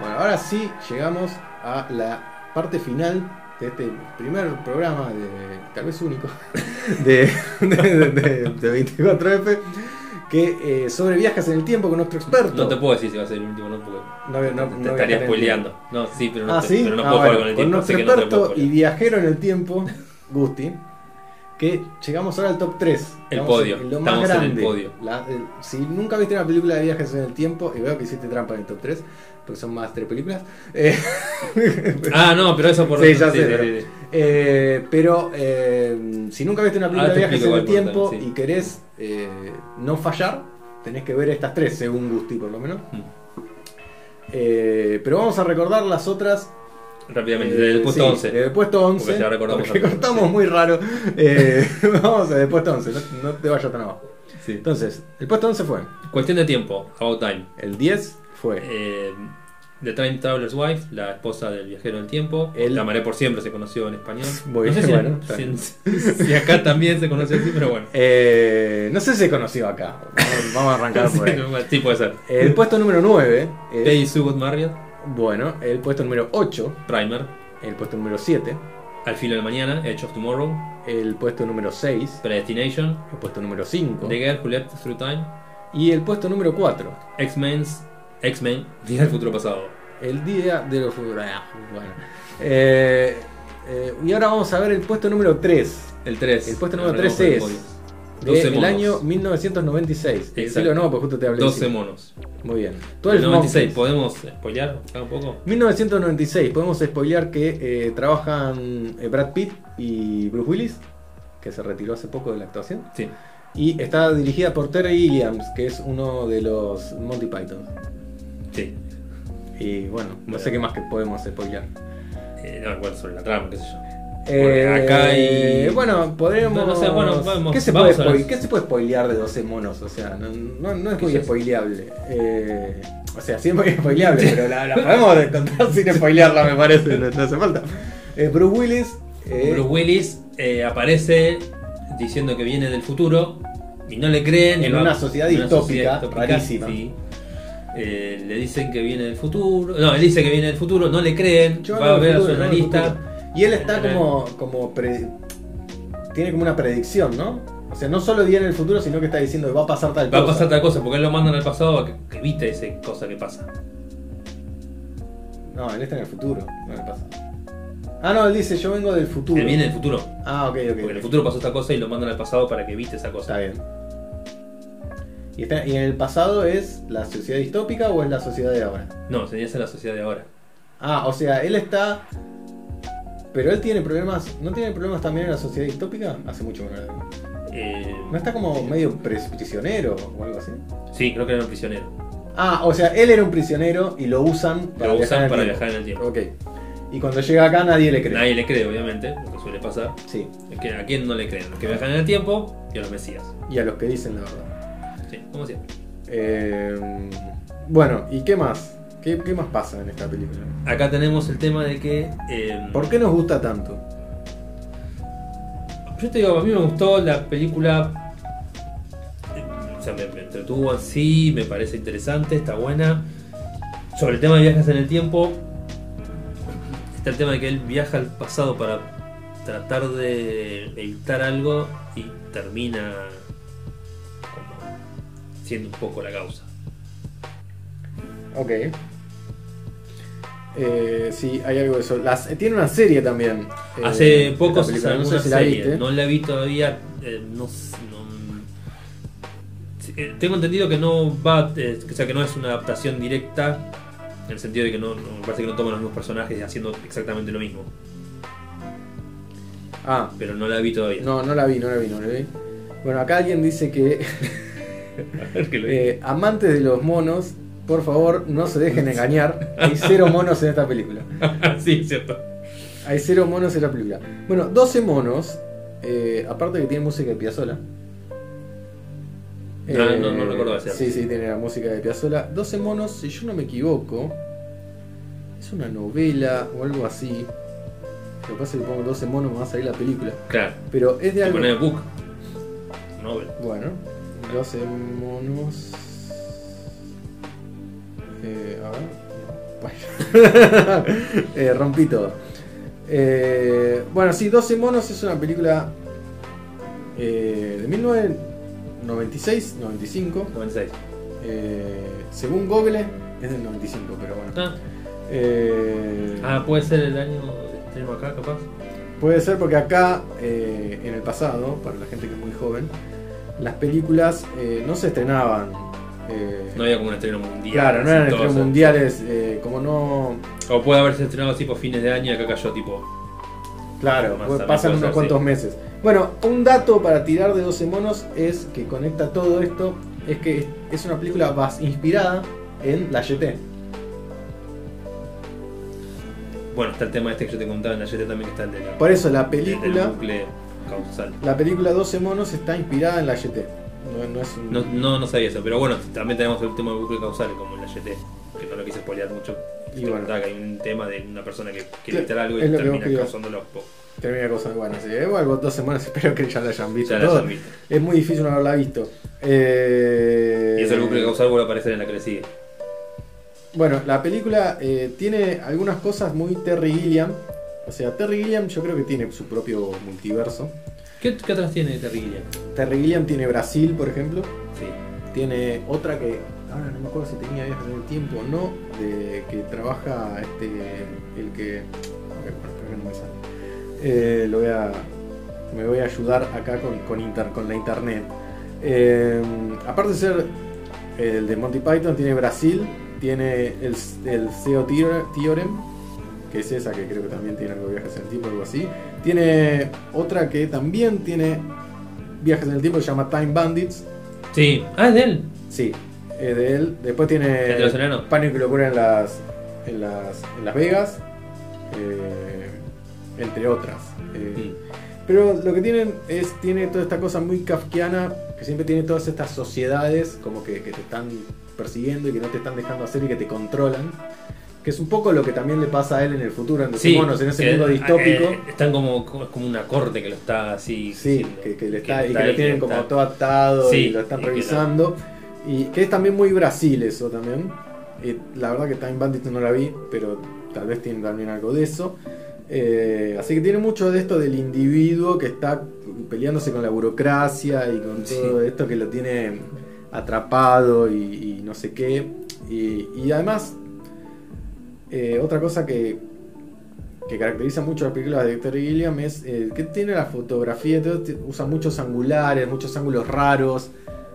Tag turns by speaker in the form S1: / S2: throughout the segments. S1: ahora sí llegamos a la parte final de este primer programa, de, tal vez único, de, de, de- de 24F, que eh, sobre viajes en el tiempo con nuestro experto.
S2: No te puedo decir si va a ser el último, ¿no? Porque
S1: No, no, no viajaré
S2: te
S1: en
S2: estaría
S1: el
S2: spoileando. No, sí, pero no,
S1: ah,
S2: te-
S1: sí.
S2: pero no
S1: Ah,
S2: puedo
S1: bueno,
S2: jugar con el tiempo. Sé
S1: nuestro
S2: que no te lo puedo
S1: experto y
S2: spoilear.
S1: viajero en el tiempo, Gusti, que llegamos ahora al top 3.
S2: El podio. Estamos en el podio.
S1: La- el- si nunca viste una película de viajes en el tiempo, y veo que hiciste trampa en el top 3, porque son más tres películas. eh,
S2: Ah, no, pero eso por
S1: Sí, ya sé,
S2: sí,
S1: pero-
S2: sí.
S1: eh, pero eh, si nunca viste una película
S2: Ahora
S1: de
S2: Ah, te
S1: viajes en
S2: explico
S1: el
S2: igual,
S1: tiempo
S2: Mortal, sí.
S1: y querés eh, no fallar, tenés que ver estas tres, según Gusti por lo menos.
S2: Mm.
S1: Eh, pero vamos a recordar las otras
S2: Rápidamente,
S1: eh,
S2: desde el puesto
S1: sí,
S2: 11.
S1: desde el puesto 11.
S2: Porque ya recordamos
S1: porque
S2: antes.
S1: cortamos muy raro. Eh, vamos desde el puesto 11, no, no te vayas tan abajo.
S2: Sí.
S1: Entonces, el puesto 11 fue.
S2: Cuestión de tiempo, About Time.
S1: El 10 fue.
S2: Eh, The Time Traveler's Wife, la esposa del viajero del tiempo.
S1: El-
S2: La amaré por siempre, se conoció en español.
S1: Muy
S2: no
S1: bien,
S2: sé si,
S1: bueno,
S2: si-
S1: está bien.
S2: si acá también se conoce así, pero bueno.
S1: Eh, no sé si se conoció acá. Vamos, vamos a arrancar por ahí.
S2: sí, puede ser.
S1: El puesto número 9. es-
S2: Peggy Sue Got Marriott,
S1: bueno, el puesto número 8.
S2: Primer.
S1: El puesto número 7.
S2: Al filo del mañana, Edge of Tomorrow,
S1: El puesto número 6.
S2: Predestination,
S1: El puesto número 5.
S2: The Girl Who Left Through Time,
S1: Y el puesto número 4.
S2: X-Men's, X-Men, Día del Futuro Pasado.
S1: El día de los. Ah, Bueno. Eh, eh, y ahora vamos a ver el puesto número 3.
S2: El 3.
S1: El puesto número 3 es
S2: Doce
S1: del
S2: monos.
S1: Eh, año 1996.
S2: Exacto.
S1: Decirlo no, porque justo te hablé.
S2: 12
S1: encima.
S2: monos.
S1: Muy bien. 12
S2: El 96,
S1: Monkeys.
S2: ¿podemos spoilear acá un poco?
S1: 1996, podemos spoilear que eh, trabajan eh, Brad Pitt y Bruce Willis, que se retiró hace poco de la actuación,
S2: Sí.
S1: y está dirigida por Terry Williams, que es uno de los Monty Python.
S2: Sí.
S1: Y bueno, no
S2: Bueno.
S1: sé qué más que podemos spoilear.
S2: Eh, no recuerdo sobre la trama, qué sé yo.
S1: Eh,
S2: acá hay-
S1: Bueno, podremos.
S2: No sé, bueno, vamos-
S1: ¿Qué, se
S2: vamos
S1: puede
S2: a ver.
S1: spoil- qué se puede spoilear de 12 monos? O sea, no, no- no es muy
S2: Quizás.
S1: spoileable. Eh, o sea, sí es muy spoileable, pero la, la podemos contar sin spoilearla, me parece. No, no hace falta. Eh, Bruce Willis. eh,
S2: Bruce Willis eh, aparece diciendo que viene del futuro y no le creen.
S1: En
S2: y va-
S1: una sociedad distópica, rarísima.
S2: sí. Eh, le dicen que viene del futuro. No, él dice que viene del futuro, no le creen.
S1: yo
S2: va a
S1: hablo
S2: ver
S1: del
S2: a su
S1: futuro, no del
S2: analista.
S1: futuro. Y él está como. como pre- tiene como una predicción, ¿no? O sea, no solo viene el futuro, sino que está diciendo que va a pasar tal
S2: Va
S1: cosa.
S2: a pasar tal cosa porque él lo mandan al pasado a que, que evite esa cosa que pasa.
S1: No, él está en el futuro, no en el pasado. Ah, no, él dice, yo vengo del futuro.
S2: Él viene del futuro.
S1: Ah, Uh. ok, ok.
S2: Porque en el futuro pasó esta cosa y lo mandan al pasado para que evite esa
S1: Está
S2: cosa.
S1: bien. Y, está- y en el pasado es la sociedad distópica o es la sociedad de ahora?
S2: No, sería esa la sociedad de ahora.
S1: Ah, o sea, él está... Pero él tiene problemas... ¿No tiene problemas también en la sociedad distópica? Hace mucho que no la veo.
S2: Eh,
S1: ¿No está como medio pres- prisionero o algo así?
S2: Sí, creo que era un prisionero.
S1: Ah, o sea, él era un prisionero y lo usan para
S2: Lo
S1: viajar en
S2: usan
S1: el
S2: para
S1: tiempo.
S2: viajar en el tiempo.
S1: Ok. Y cuando llega acá nadie le cree.
S2: Nadie le cree, obviamente, lo que suele pasar.
S1: Sí.
S2: Es que ¿A quién no le creen? Los que viajan en el tiempo y a los mesías.
S1: Y a los que dicen la verdad.
S2: Sí, como siempre.
S1: Eh, bueno, ¿y qué más? ¿Qué, qué más pasa en esta película?
S2: Acá tenemos el tema de que. eh,
S1: ¿Por qué nos gusta tanto?
S2: Yo te digo, a mí me gustó la película. eh, O sea, me, me entretuvo en sí, me parece interesante, está buena. Sobre el tema de viajes en el tiempo, está el tema de que él viaja al pasado para tratar de evitar algo y termina como siendo un poco la causa.
S1: Ok. Eh, sí, hay algo de eso. Las- eh, tiene una serie también. eh,
S2: Hace
S1: esta
S2: poco se
S1: película.
S2: salió
S1: No
S2: una
S1: sé si la
S2: serie,
S1: viste.
S2: no la vi todavía, eh, no, s- no- Sí, eh, tengo entendido que no va, eh, o sea que no es una adaptación directa, en el sentido de que no, no- me parece que no toman los mismos personajes haciendo exactamente lo mismo,
S1: Ah,
S2: pero no la vi todavía.
S1: no, no la vi, no la vi, no la vi. Bueno, acá alguien dice que
S2: Que lo-
S1: eh, amantes de los monos, por favor, no se dejen engañar. Hay cero monos en esta película.
S2: Ah, sí, es cierto.
S1: Hay cero monos en la película. Bueno, 12 monos. eh, aparte que tiene música de Piazzola.
S2: No, no, no recuerdo que sea.
S1: Sí, sí, tiene la música de Piazzola. 12 monos, si yo no me equivoco. Es una novela o algo así. Lo que pasa es que pongo 12 monos, me va a salir la película.
S2: Claro,
S1: Pero es de
S2: te
S1: algo.
S2: pones book, novel.
S1: Bueno, 12 monos. Eh, a ver. Bueno. Eh, rompí todo. Eh, bueno, sí, 12 monos es una película eh, de 1996-95.
S2: 96.
S1: Eh, según Google es del 95, pero bueno.
S2: Ah,
S1: Eh,
S2: ah, puede ser el año de estreno acá, capaz.
S1: Puede ser porque acá, eh, en el pasado, para la gente que es muy joven, las películas eh, no se estrenaban. eh,
S2: No había como un estreno mundial.
S1: Claro, no eran
S2: exitoso.
S1: estrenos mundiales, eh, como no...
S2: O puede haberse estrenado tipo fines de año y acá cayó tipo.
S1: Claro,
S2: Más
S1: pues
S2: también
S1: pasan
S2: puede
S1: unos
S2: ser,
S1: cuantos
S2: sí.
S1: meses. Bueno, un dato para tirar de 12 monos es que conecta todo esto, es que es una película más inspirada en la YT.
S2: Bueno, está el tema este que yo te contaba en la YT también que está el de la
S1: Por eso la
S2: el del
S1: película,
S2: bucle causal.
S1: la película 12 monos está inspirada en la YT. No, no es un-
S2: No, no, no sabía eso, pero bueno, también tenemos el tema del bucle causal como en la YT, que no lo quise spoilear mucho.
S1: Y
S2: Te
S1: bueno.
S2: contaba que hay un tema de una persona que
S1: Claro,
S2: quiere evitar algo y
S1: es lo que vos
S2: termina
S1: querías.
S2: causándolo. po-
S1: Termina cosa bueno, así que Eh, bueno, 12 monos espero que ya la hayan visto.
S2: Ya la
S1: todo.
S2: hayan visto.
S1: Es muy difícil no haberla visto. Eh,
S2: Y eso el bucle causal vuelve a aparecer en la que le sigue.
S1: Bueno, la película eh, tiene algunas cosas muy Terry Gilliam. O sea, Terry Gilliam yo creo que tiene su propio multiverso.
S2: ¿Qué, qué otras tiene Terriguilla?
S1: Terry Gilliam tiene Brasil, por ejemplo.
S2: Sí.
S1: Tiene otra que ahora no me acuerdo si tenía viajes en el tiempo o no, de que trabaja este el que ok, bueno, creo que no me sale. Eh, lo voy a me voy a ayudar acá con, con inter- con la internet. Eh, aparte de ser el de Monty Python tiene Brasil, tiene el, el CEO Theor- Theorem, que es esa que creo que también tiene algo de viajes en el tiempo, algo así. Tiene otra que también tiene viajes en el tiempo, se llama Time Bandits,
S2: Sí. Ah, es de él.
S1: Sí, es de él. Después tiene
S2: ¿El de los enanos?
S1: Pánico y Locura en las, en las, en las Vegas, eh, entre otras. Eh,
S2: Mm.
S1: Pero lo que tienen es, tiene toda esta cosa muy kafkiana, que siempre tiene todas estas sociedades como que, que te están persiguiendo y que no te están dejando hacer y que te controlan. Que es un poco lo que también le pasa a él en el futuro, en los monos, en ese
S2: que,
S1: mundo
S2: eh,
S1: distópico.
S2: eh, están como, como- es como una corte que lo está así.
S1: Sí,
S2: haciendo,
S1: que, que le está, y que
S2: ahí,
S1: lo tienen
S2: que
S1: como
S2: está-
S1: todo atado y
S2: Sí,
S1: lo están
S2: y que lo-
S1: revisando. Y que es también muy Brasil eso también. Eh, la verdad que Time Bandit no la vi, pero tal vez tiene también algo de eso. Eh, así que tiene mucho de esto del individuo que está peleándose con la burocracia y con
S2: Sí.
S1: todo esto que lo tiene atrapado y, y no sé qué. Y, y además, eh, otra cosa que, que caracteriza mucho las películas de Terry Gilliam es eh, que tiene la fotografía, todo ti- usa muchos angulares, muchos ángulos raros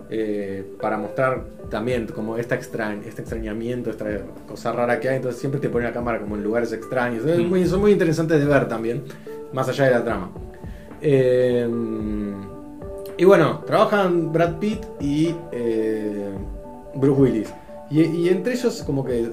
S1: eh, para mostrar también como esta extra, este extrañamiento, esta cosa rara que hay, entonces siempre te pone la cámara como en lugares extraños, Es
S2: Mm.
S1: muy- son muy interesantes de ver también, más allá de la trama. Eh, y bueno, trabajan Brad Pitt y eh, Bruce Willis. Y, y entre ellos como que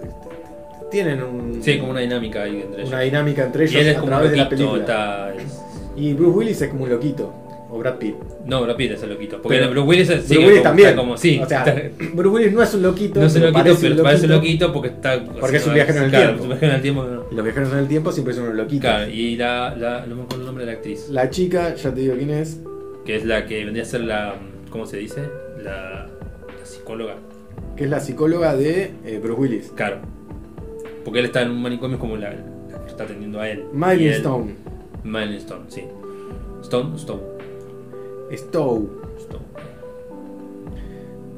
S1: tienen un,
S2: Sí, como una dinámica ahí entre ellos.
S1: una dinámica entre
S2: y él es
S1: ellos a
S2: como un
S1: través de la
S2: loquito.
S1: película.
S2: Está, es-
S1: Y Bruce Willis es como un loquito, o Brad Pitt.
S2: no, lo pide ese loquito. Porque
S1: Pero-
S2: Bruce Willis, sí,
S1: Bruce
S2: que
S1: Willis
S2: como-
S1: también.
S2: está Como, sí,
S1: o sea,
S2: está-
S1: Bruce Willis no es un loquito.
S2: no es un loquito,
S1: parece
S2: pero
S1: un
S2: parece loquito porque está.
S1: Porque es un viajero en el
S2: claro,
S1: tiempo.
S2: Es un viajero en el tiempo. no.
S1: Los viajeros en el tiempo siempre son unos loquitos.
S2: Claro, y la, la. No me acuerdo el nombre de la actriz.
S1: La chica, ya te digo quién es,
S2: Que es la que vendría a ser la. ¿Cómo se dice? La, la psicóloga.
S1: que es la psicóloga de eh, Bruce Willis.
S2: Claro. Porque él está en un manicomio es como la, la que está atendiendo a él. Y
S1: Miley
S2: él-
S1: Stone.
S2: Miley Stone, sí. Stone, Stone,
S1: Stowe.
S2: Stone.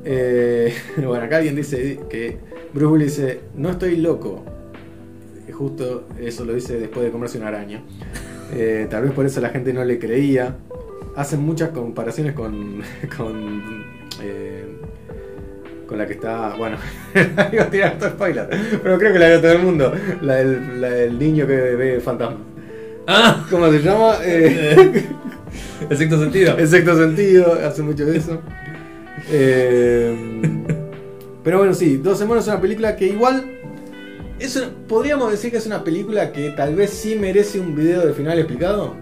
S1: Eh, bueno, acá alguien dice que Bruce Willis dice, no estoy loco. Eh, Justo eso lo dice después de comerse una araña. Eh, tal vez por eso la gente no le creía. Hacen muchas comparaciones con. con. eh, con la que está. Bueno, iba a tirar todo spoiler. Pero creo que la vio todo el mundo. La del, la del niño que ve fantasma.
S2: ¡Ah!
S1: ¿Cómo se llama? Eh,
S2: El sexto sentido.
S1: en sexto sentido, hace mucho de eso. Eh, pero bueno, sí, 12 monos es una película que igual. Es una- podríamos decir que es una película que tal vez sí merece un video de final explicado.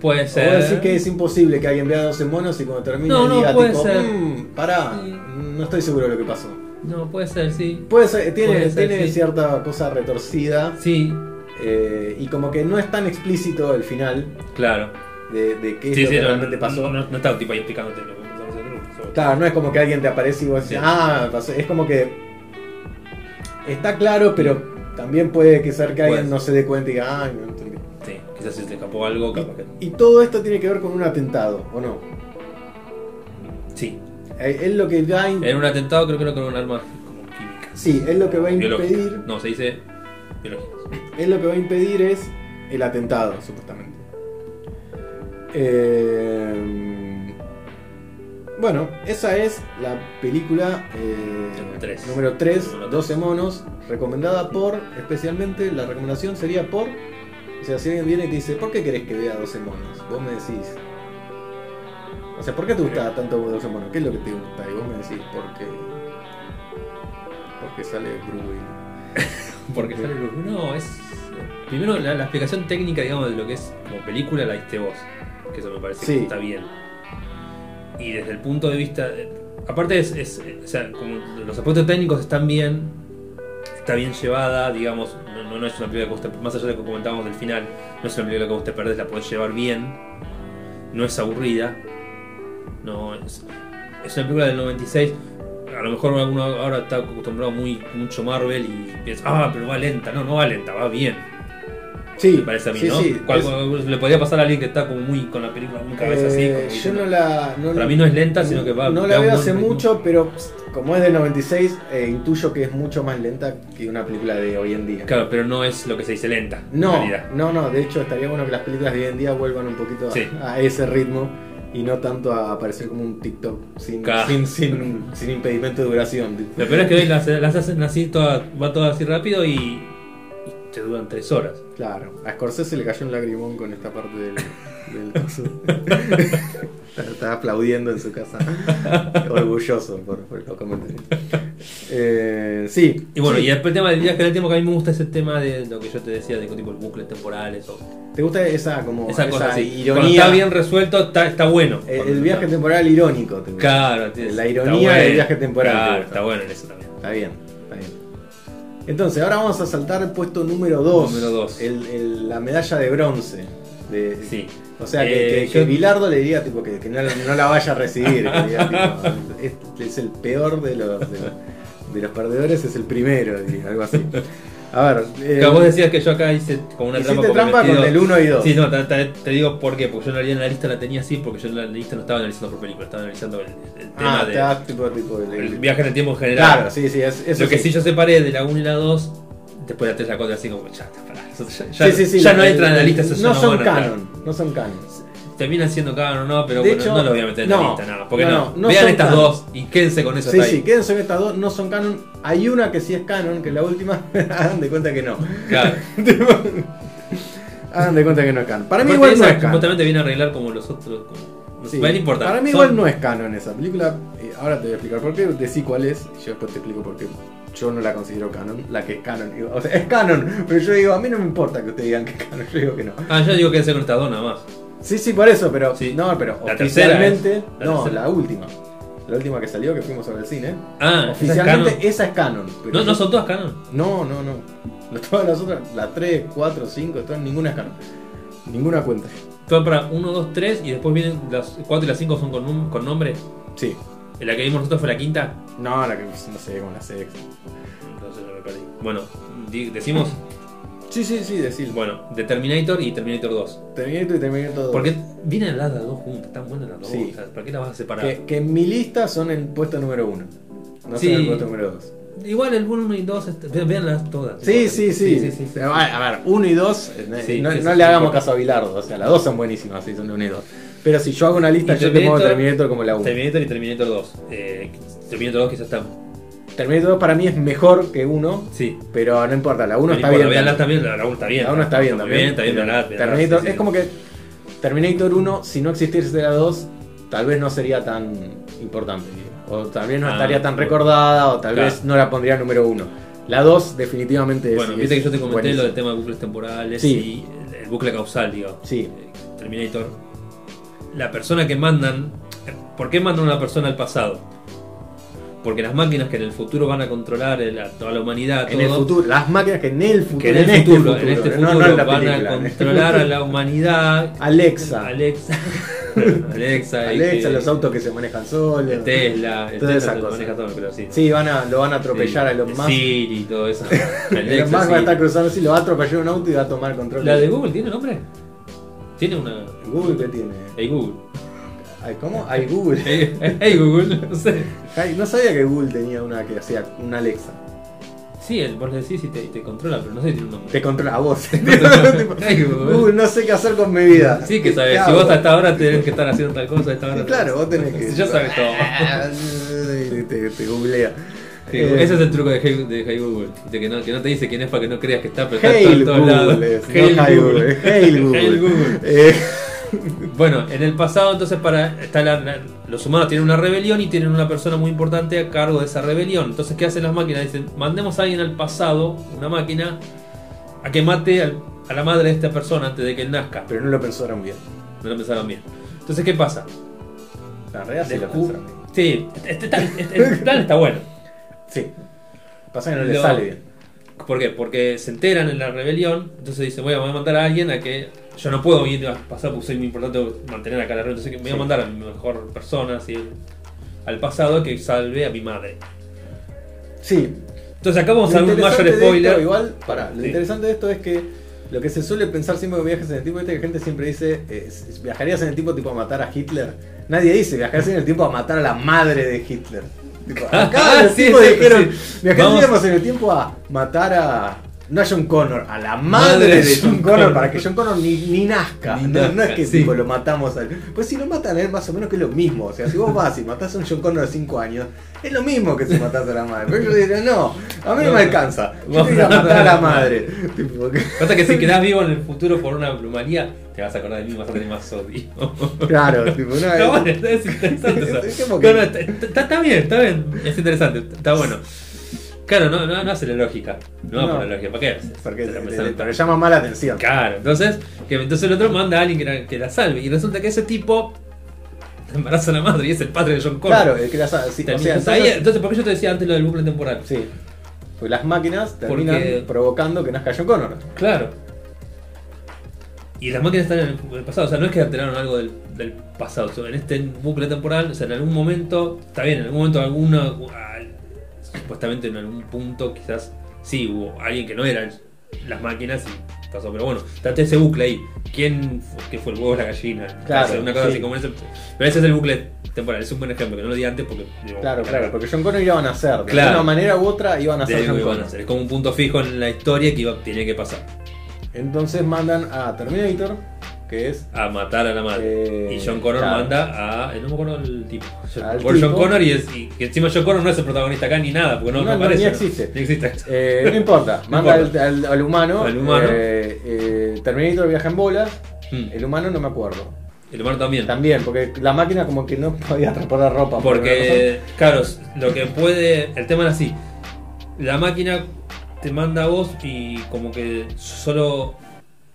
S2: Puede
S1: O
S2: ser.
S1: vos decís que es imposible que alguien vea 12 monos y cuando termine
S2: No, no,
S1: diga
S2: puede
S1: tipo,
S2: ser.
S1: "Mm, pará,
S2: Sí.
S1: no estoy seguro de lo que pasó.
S2: No, puede ser, sí.
S1: Puede ser, tiene,
S2: Puede ser,
S1: tiene
S2: sí.
S1: cierta cosa retorcida
S2: Sí,
S1: eh, y como que no es tan explícito el final
S2: claro.
S1: de, de qué es
S2: Sí,
S1: lo
S2: sí,
S1: que
S2: no,
S1: realmente
S2: no-
S1: pasó.
S2: No, no está tipo ahí explicándote lo que pasó en el grupo, sobre-
S1: Claro, no es como que "Ah, alguien te aparece y vos decís,
S2: Sí.
S1: ah, pasó". es como que está claro, pero También puede que ser que
S2: Puede
S1: alguien no
S2: ser.
S1: se dé cuenta y diga, "Ay, no entendí".
S2: Sí, quizás se te escapó algo, capaz que.
S1: Y todo esto tiene que ver con un atentado, ¿o no?
S2: Sí.
S1: Eh, Es lo que va a in-
S2: En un atentado creo que era con un arma como química.
S1: Sí, es lo que va a
S2: Biológica.
S1: impedir.
S2: No, se dice biológica.
S1: Es lo que va a impedir es el atentado, supuestamente. Eh, bueno, esa es la película eh,
S2: Número tres.
S1: número 3,
S2: Número
S1: 12 monos, recomendada por, especialmente la recomendación sería por, o sea, si alguien viene y te dice, ¿por qué querés que vea 12 monos? Vos me decís, o sea, ¿por qué te gusta tanto 12 monos? ¿Qué es lo que te gusta? Y vos me decís, porque, porque sale Bruce.
S2: Porque sale luz. No, es. Primero, la, la explicación técnica, digamos, de lo que es como película la diste vos. Que eso me parece
S1: Sí.
S2: que está bien. Y desde el punto de vista. de- aparte, es, es- o sea, como los aspectos técnicos están bien. Está bien llevada, digamos. No, no- no es una película que vos te, Más allá de lo que comentábamos del final, no es una película que vos te perdés, la podés llevar bien. No es aburrida. No, es, es una película del 96. A lo mejor alguno ahora está acostumbrado muy mucho Marvel y piensa, ah, pero va lenta. No, no va lenta, va bien.
S1: Sí,
S2: Me parece a mí,
S1: sí,
S2: ¿no?
S1: sí,
S2: Cual-
S1: es-
S2: Le podría pasar a alguien que está como muy con la película muy cabeza así.
S1: Eh,
S2: como
S1: yo
S2: diciendo,
S1: no la. No,
S2: Para mí no es lenta, sino que va.
S1: No
S2: pega
S1: la
S2: un
S1: veo
S2: buen
S1: hace
S2: ritmo.
S1: mucho, pero pst, como es del 96, eh, intuyo que es mucho más lenta que una película de hoy en día.
S2: Claro, pero no es lo que se dice lenta. en
S1: No,
S2: realidad.
S1: no, no, de hecho estaría bueno que las películas de hoy en día vuelvan un poquito a,
S2: Sí.
S1: a ese ritmo y no tanto a aparecer como un TikTok sin,
S2: Claro.
S1: sin, sin, sin impedimento de duración.
S2: Lo peor es que hoy las, las hacen así, toda, va todo así rápido y, y te duran tres horas.
S1: Claro, a Scorsese le cayó un lagrimón con esta parte del, del coso. Estaba aplaudiendo en su casa, orgulloso por, por los comentarios. Eh, sí.
S2: Y bueno,
S1: sí.
S2: y después el tema del viaje en el tiempo que a mí me gusta es el tema de lo que yo te decía, de tipo bucles temporales o
S1: ¿Te gusta esa como
S2: esa cosa así. Cuando
S1: ironía?
S2: está bien resuelto, está, está bueno.
S1: Eh, El,
S2: Cuando
S1: viaje
S2: está-
S1: temporal irónico. te gusta.
S2: Claro, tienes-
S1: La
S2: está
S1: ironía del
S2: bueno.
S1: viaje temporal. te
S2: Claro,
S1: gusta.
S2: está bueno en eso también.
S1: Está bien, está bien. Entonces, ahora vamos a saltar al puesto número 2.
S2: Número dos.
S1: la medalla de bronce. De,
S2: Sí.
S1: O sea, que,
S2: Eh,
S1: que- que
S2: yo-
S1: Bilardo le diría tipo, que, que no, no la vaya a recibir. que diría, tipo, es, es el peor de los, de, los- de los perdedores, es el primero, diría, algo así. A ver, eh,
S2: Claro, vos decías que yo acá hice como una trampa
S1: hiciste
S2: porque
S1: trampa
S2: metido-
S1: con el 1 y 2.
S2: Sí, no, te, te- te digo por qué, porque yo en realidad en la lista la tenía así, porque yo en la lista no estaba analizando por película, estaba analizando el, el tema
S1: ah,
S2: de
S1: está tipo, tipo el,
S2: el viaje en el tiempo en general.
S1: Claro, sí, sí, es, eso
S2: lo que
S1: sí.
S2: sí yo separé de la 1 y la 2, después de la 3 y la 4, así como ya, pará, eso ya, ya,
S1: Sí, sí, sí,
S2: ya
S1: lo-
S2: no entran en la lista, eso ya
S1: No son
S2: van a entrar.
S1: canon, no son canon.
S2: Terminan siendo canon o no, pero
S1: De
S2: bueno,
S1: hecho,
S2: no lo voy a meter en la
S1: no,
S2: lista, nada, porque
S1: no,
S2: no.
S1: no, no
S2: Vean
S1: son
S2: estas
S1: canon.
S2: dos y quédense con eso
S1: Sí,
S2: hasta
S1: sí,
S2: ahí.
S1: quédense con estas dos, no son canon. Hay una que sí es canon, que es la última, hagan de cuenta que no.
S2: Claro.
S1: Hagan de cuenta que no es canon. Para mí
S2: Aparte
S1: igual
S2: esa
S1: no es canon.
S2: Supuestamente viene a arreglar como los otros. Como...
S1: Sí.
S2: No importa.
S1: Para mí igual no es canon esa película. Eh, ahora te voy a explicar por qué, decí cuál es, y yo después te explico por qué. Yo no la considero canon, la que es canon. O sea, es canon, pero yo digo, a mí no me importa que ustedes digan que es canon, yo digo que no.
S2: Ah, yo digo quédense con estas dos nada más.
S1: Sí, sí, por eso, pero
S2: Sí.
S1: no, pero
S2: La tercera
S1: oficialmente,
S2: es. La
S1: no,
S2: tercera.
S1: la última. La última que salió que fuimos al cine.
S2: Ah, esa es canon.
S1: Oficialmente esa es canon. pero
S2: No,
S1: yo-
S2: no son todas canon.
S1: No, no, no. No, Todas las otras, la 3, 4, 5, todas, ninguna es canon. Ninguna cuenta.
S2: Son para 1, 2, 3 y después vienen las 4 y las 5 son con, num- con nombre.
S1: Sí.
S2: La que vimos nosotros fue la quinta.
S1: No, la que no sé, con la sexta.
S2: Entonces me perdí. Bueno, di- decimos,
S1: Sí, sí, sí, decir.
S2: bueno, de Terminator y Terminator 2.
S1: Terminator y Terminator 2.
S2: Porque vienen las dos juntas, están buenas las dos.
S1: Sí.
S2: o sea, ¿Para qué las vas a separar?
S1: que, que en mi lista son el puesto número 1. No
S2: Sí.
S1: son el puesto número 2.
S2: Igual el 1 y 2, este, ve- veanlas todas.
S1: Sí, sí, sí. Pero, A ver, 1 y 2,
S2: Sí,
S1: no,
S2: que
S1: no
S2: se-
S1: le hagamos caso a Bilardo. O sea, las dos son buenísimas, sí, son de 1 y 2. Pero si yo hago una lista,
S2: Y
S1: yo te pongo
S2: Terminator-
S1: Terminator como la 1.
S2: Terminator y Terminator 2. Eh, Terminator 2 quizás está.
S1: Terminator 2 para mí es mejor que 1,
S2: Sí.
S1: pero no importa, la 1
S2: No
S1: está
S2: importa,
S1: bien.
S2: Veanlas también, la 1 está bien.
S1: La 1 está bien
S2: muy
S1: también.
S2: Está bien,
S1: pero
S2: veanlas, veanlas,
S1: Terminator,
S2: sí, sí.
S1: es como que Terminator 1, si no existiese la 2, tal vez no sería tan importante. O tal vez no
S2: Ah,
S1: estaría tan
S2: bueno.
S1: recordada, o tal
S2: Claro.
S1: vez no la pondría número 1. La 2 definitivamente es-
S2: Bueno,
S1: es
S2: viste que yo te comenté
S1: buenísima.
S2: lo del tema de bucles temporales
S1: Sí.
S2: y el bucle causal, digo.
S1: Sí.
S2: Terminator. La persona que mandan. ¿Por qué mandan a una persona al pasado? Porque las máquinas que en el futuro van a controlar el- a toda la humanidad,
S1: En el
S2: todo,
S1: futuro, las máquinas que en el futuro,
S2: que en el
S1: este
S2: futuro, en este
S1: no,
S2: futuro
S1: no en la
S2: van
S1: película,
S2: a
S1: en el
S2: controlar a
S1: futuro.
S2: la humanidad.
S1: Alexa.
S2: Alexa. Alexa, y
S1: Alexa,
S2: que- Este,
S1: los autos que se manejan solos.
S2: el Tesla, el
S1: Todas
S2: Tesla
S1: esas
S2: se
S1: cosas.
S2: maneja todo, pero sí.
S1: Sí, van a, lo van a atropellar
S2: Sí,
S1: a Elon
S2: el
S1: Musk.
S2: Siri y todo eso.
S1: Elon
S2: Alexa,
S1: Musk va a
S2: Siri.
S1: estar cruzando así, lo va a atropellar un auto y va a tomar control.
S2: ¿La de Google tiene nombre? Tiene una.
S1: Google que tiene.
S2: Hey Google.
S1: Ay, ¿Cómo? Ay, Google.
S2: Hey, hey, Google, no sé.
S1: Ay, no sabía que Google tenía una que hacía una Alexa.
S2: Sí, el- vos le decís y te, y te controla, pero no sé si tiene un nombre.
S1: Te controla a vos.
S2: controla. Ay, Google.
S1: Google, no sé qué hacer con mi vida.
S2: Sí, que
S1: ¿Qué
S2: sabes. Si
S1: hago?
S2: vos hasta ahora tenés que estar haciendo tal cosa, a esta hora.
S1: Sí, claro, vos tenés que.
S2: Ya sabes todo.
S1: Y te, te googlea.
S2: Sí,
S1: Eh,
S2: ese es el truco de Hey, de Hey Google. De que, no, que no te dice quién es para que no creas que está, pero está en
S1: Hail
S2: todos lados.
S1: Google. es, no Hail Google. Hail Google.
S2: Hail Google.
S1: Eh,
S2: Bueno, en el pasado entonces para está la- la- los humanos tienen una rebelión y tienen una persona muy importante a cargo de esa rebelión. Entonces, ¿qué hacen las máquinas? Dicen, mandemos a alguien al pasado, una máquina, a que mate al- a la madre de esta persona antes de que él nazca.
S1: Pero no lo pensaron bien.
S2: No lo pensaron bien. Entonces, ¿qué pasa?
S1: La realidad sí lo
S2: Descu-
S1: pensaron bien.
S2: Sí, este plan, este- este plan está bueno.
S1: Sí. Pasa que no le
S2: Lo-
S1: sale bien.
S2: ¿Por qué? Porque se enteran en la rebelión, entonces dicen, voy a voy a mandar a alguien a que yo no puedo ir a pasar porque soy muy importante mantener acá la rebelión, entonces que voy a
S1: Sí.
S2: mandar a mi mejor persona así, al pasado que salve a mi madre.
S1: Sí.
S2: Entonces acá vamos a
S1: Lo
S2: ver un mayor
S1: interesante de
S2: spoiler.
S1: esto, igual, pará, lo
S2: Sí.
S1: interesante de esto es que lo que se suele pensar siempre con viajes en el tiempo, es que la gente siempre dice, eh, s- viajarías en el tiempo tipo a matar a Hitler. Nadie dice, viajarías en el tiempo a matar a la madre de Hitler. Tipo, acá los
S2: Ah, Sí,
S1: tipos
S2: sí,
S1: dijeron,
S2: sí. Vamos.
S1: viajaríamos en el tiempo a matar a... No a John Connor, a la madre,
S2: Madre
S1: de John Connor,
S2: Connor.
S1: para que John Connor ni, ni nazca.
S2: Ni
S1: no, no es
S2: nazca,
S1: que
S2: sí.
S1: tipo, lo matamos al. Pues si lo matan a él, más o menos que es lo mismo. O sea, si vos vas y matás a un John Connor de 5 años, es lo mismo que si matás a la madre. Pero yo diría, no, a mí no,
S2: No,
S1: me
S2: no.
S1: alcanza. Yo
S2: Vos-
S1: te voy a matar a la madre. Tipo, que-
S2: Pasa que si quedás vivo en el futuro por una plumaría, te vas a acordar de mí vas a tener más odio.
S1: claro, tipo, no,
S2: Está
S1: es-
S2: bueno, está- es interesante eso.
S1: Es como
S2: No,
S1: que-
S2: no, está, está- está bien, está bien, es interesante, está bueno. Claro, no, no, no hace la lógica. No, va
S1: No.
S2: por la lógica, ¿para qué?
S1: Porque
S2: Te
S1: te-
S2: la pensaron
S1: te- te
S2: tanto.
S1: llama más la atención.
S2: Claro, entonces, que entonces el otro manda a alguien que la, que la salve. Y resulta que ese tipo embaraza a la madre y es el padre de John Connor.
S1: Claro, el que la sa- sí, o
S2: Termina-
S1: sea,
S2: ahí- entonces,
S1: entonces-
S2: ¿por qué yo te decía antes lo del bucle temporal?
S1: sí. Pues las máquinas
S2: Porque- Oh,
S1: terminan provocando que nazca John Connor.
S2: Claro. Y las máquinas están en el, en el pasado, o sea, no es que alteraron algo del, del pasado. o sea, en este bucle temporal, o sea, en algún momento, está bien, en algún momento, alguna, al- supuestamente en algún punto, quizás sí hubo alguien que no eran las máquinas y pasó, pero bueno, trate ese bucle ahí. ¿Quién fue, qué fue el huevo o la gallina?
S1: Claro,
S2: O sea, una cosa
S1: sí.
S2: así como ese. Pero ese es el bucle temporal, es un buen ejemplo, que no lo di antes porque. digo,
S1: Claro, claro, porque John Connor iban a nacer. De
S2: Claro.
S1: una manera u otra iban a
S2: de
S1: ser
S2: algo
S1: John
S2: iban a
S1: Connor.
S2: hacer, Es como un punto fijo en la historia que iba, tenía que pasar.
S1: Entonces mandan a Terminator, que es
S2: a matar a la madre.
S1: Eh,
S2: y John Connor
S1: claro.
S2: manda a. eh, No me acuerdo el tipo.
S1: Al
S2: Por John
S1: tipo.
S2: Connor y, es, y que encima John Connor no es el protagonista acá ni nada, porque no,
S1: No,
S2: no
S1: no, ni
S2: aparece. ¿no?
S1: existe.
S2: Ni existe.
S1: Eh, no importa,
S2: No
S1: manda
S2: importa.
S1: Al, al- al humano.
S2: Al humano.
S1: eh, eh, Terminator viaja en bolas.
S2: Mm.
S1: El humano no me acuerdo.
S2: El humano también.
S1: También, porque la máquina como que no podía transportar ropa. por alguna
S2: Porque, claro, lo que puede. El tema era así. La máquina te manda a vos y como que solo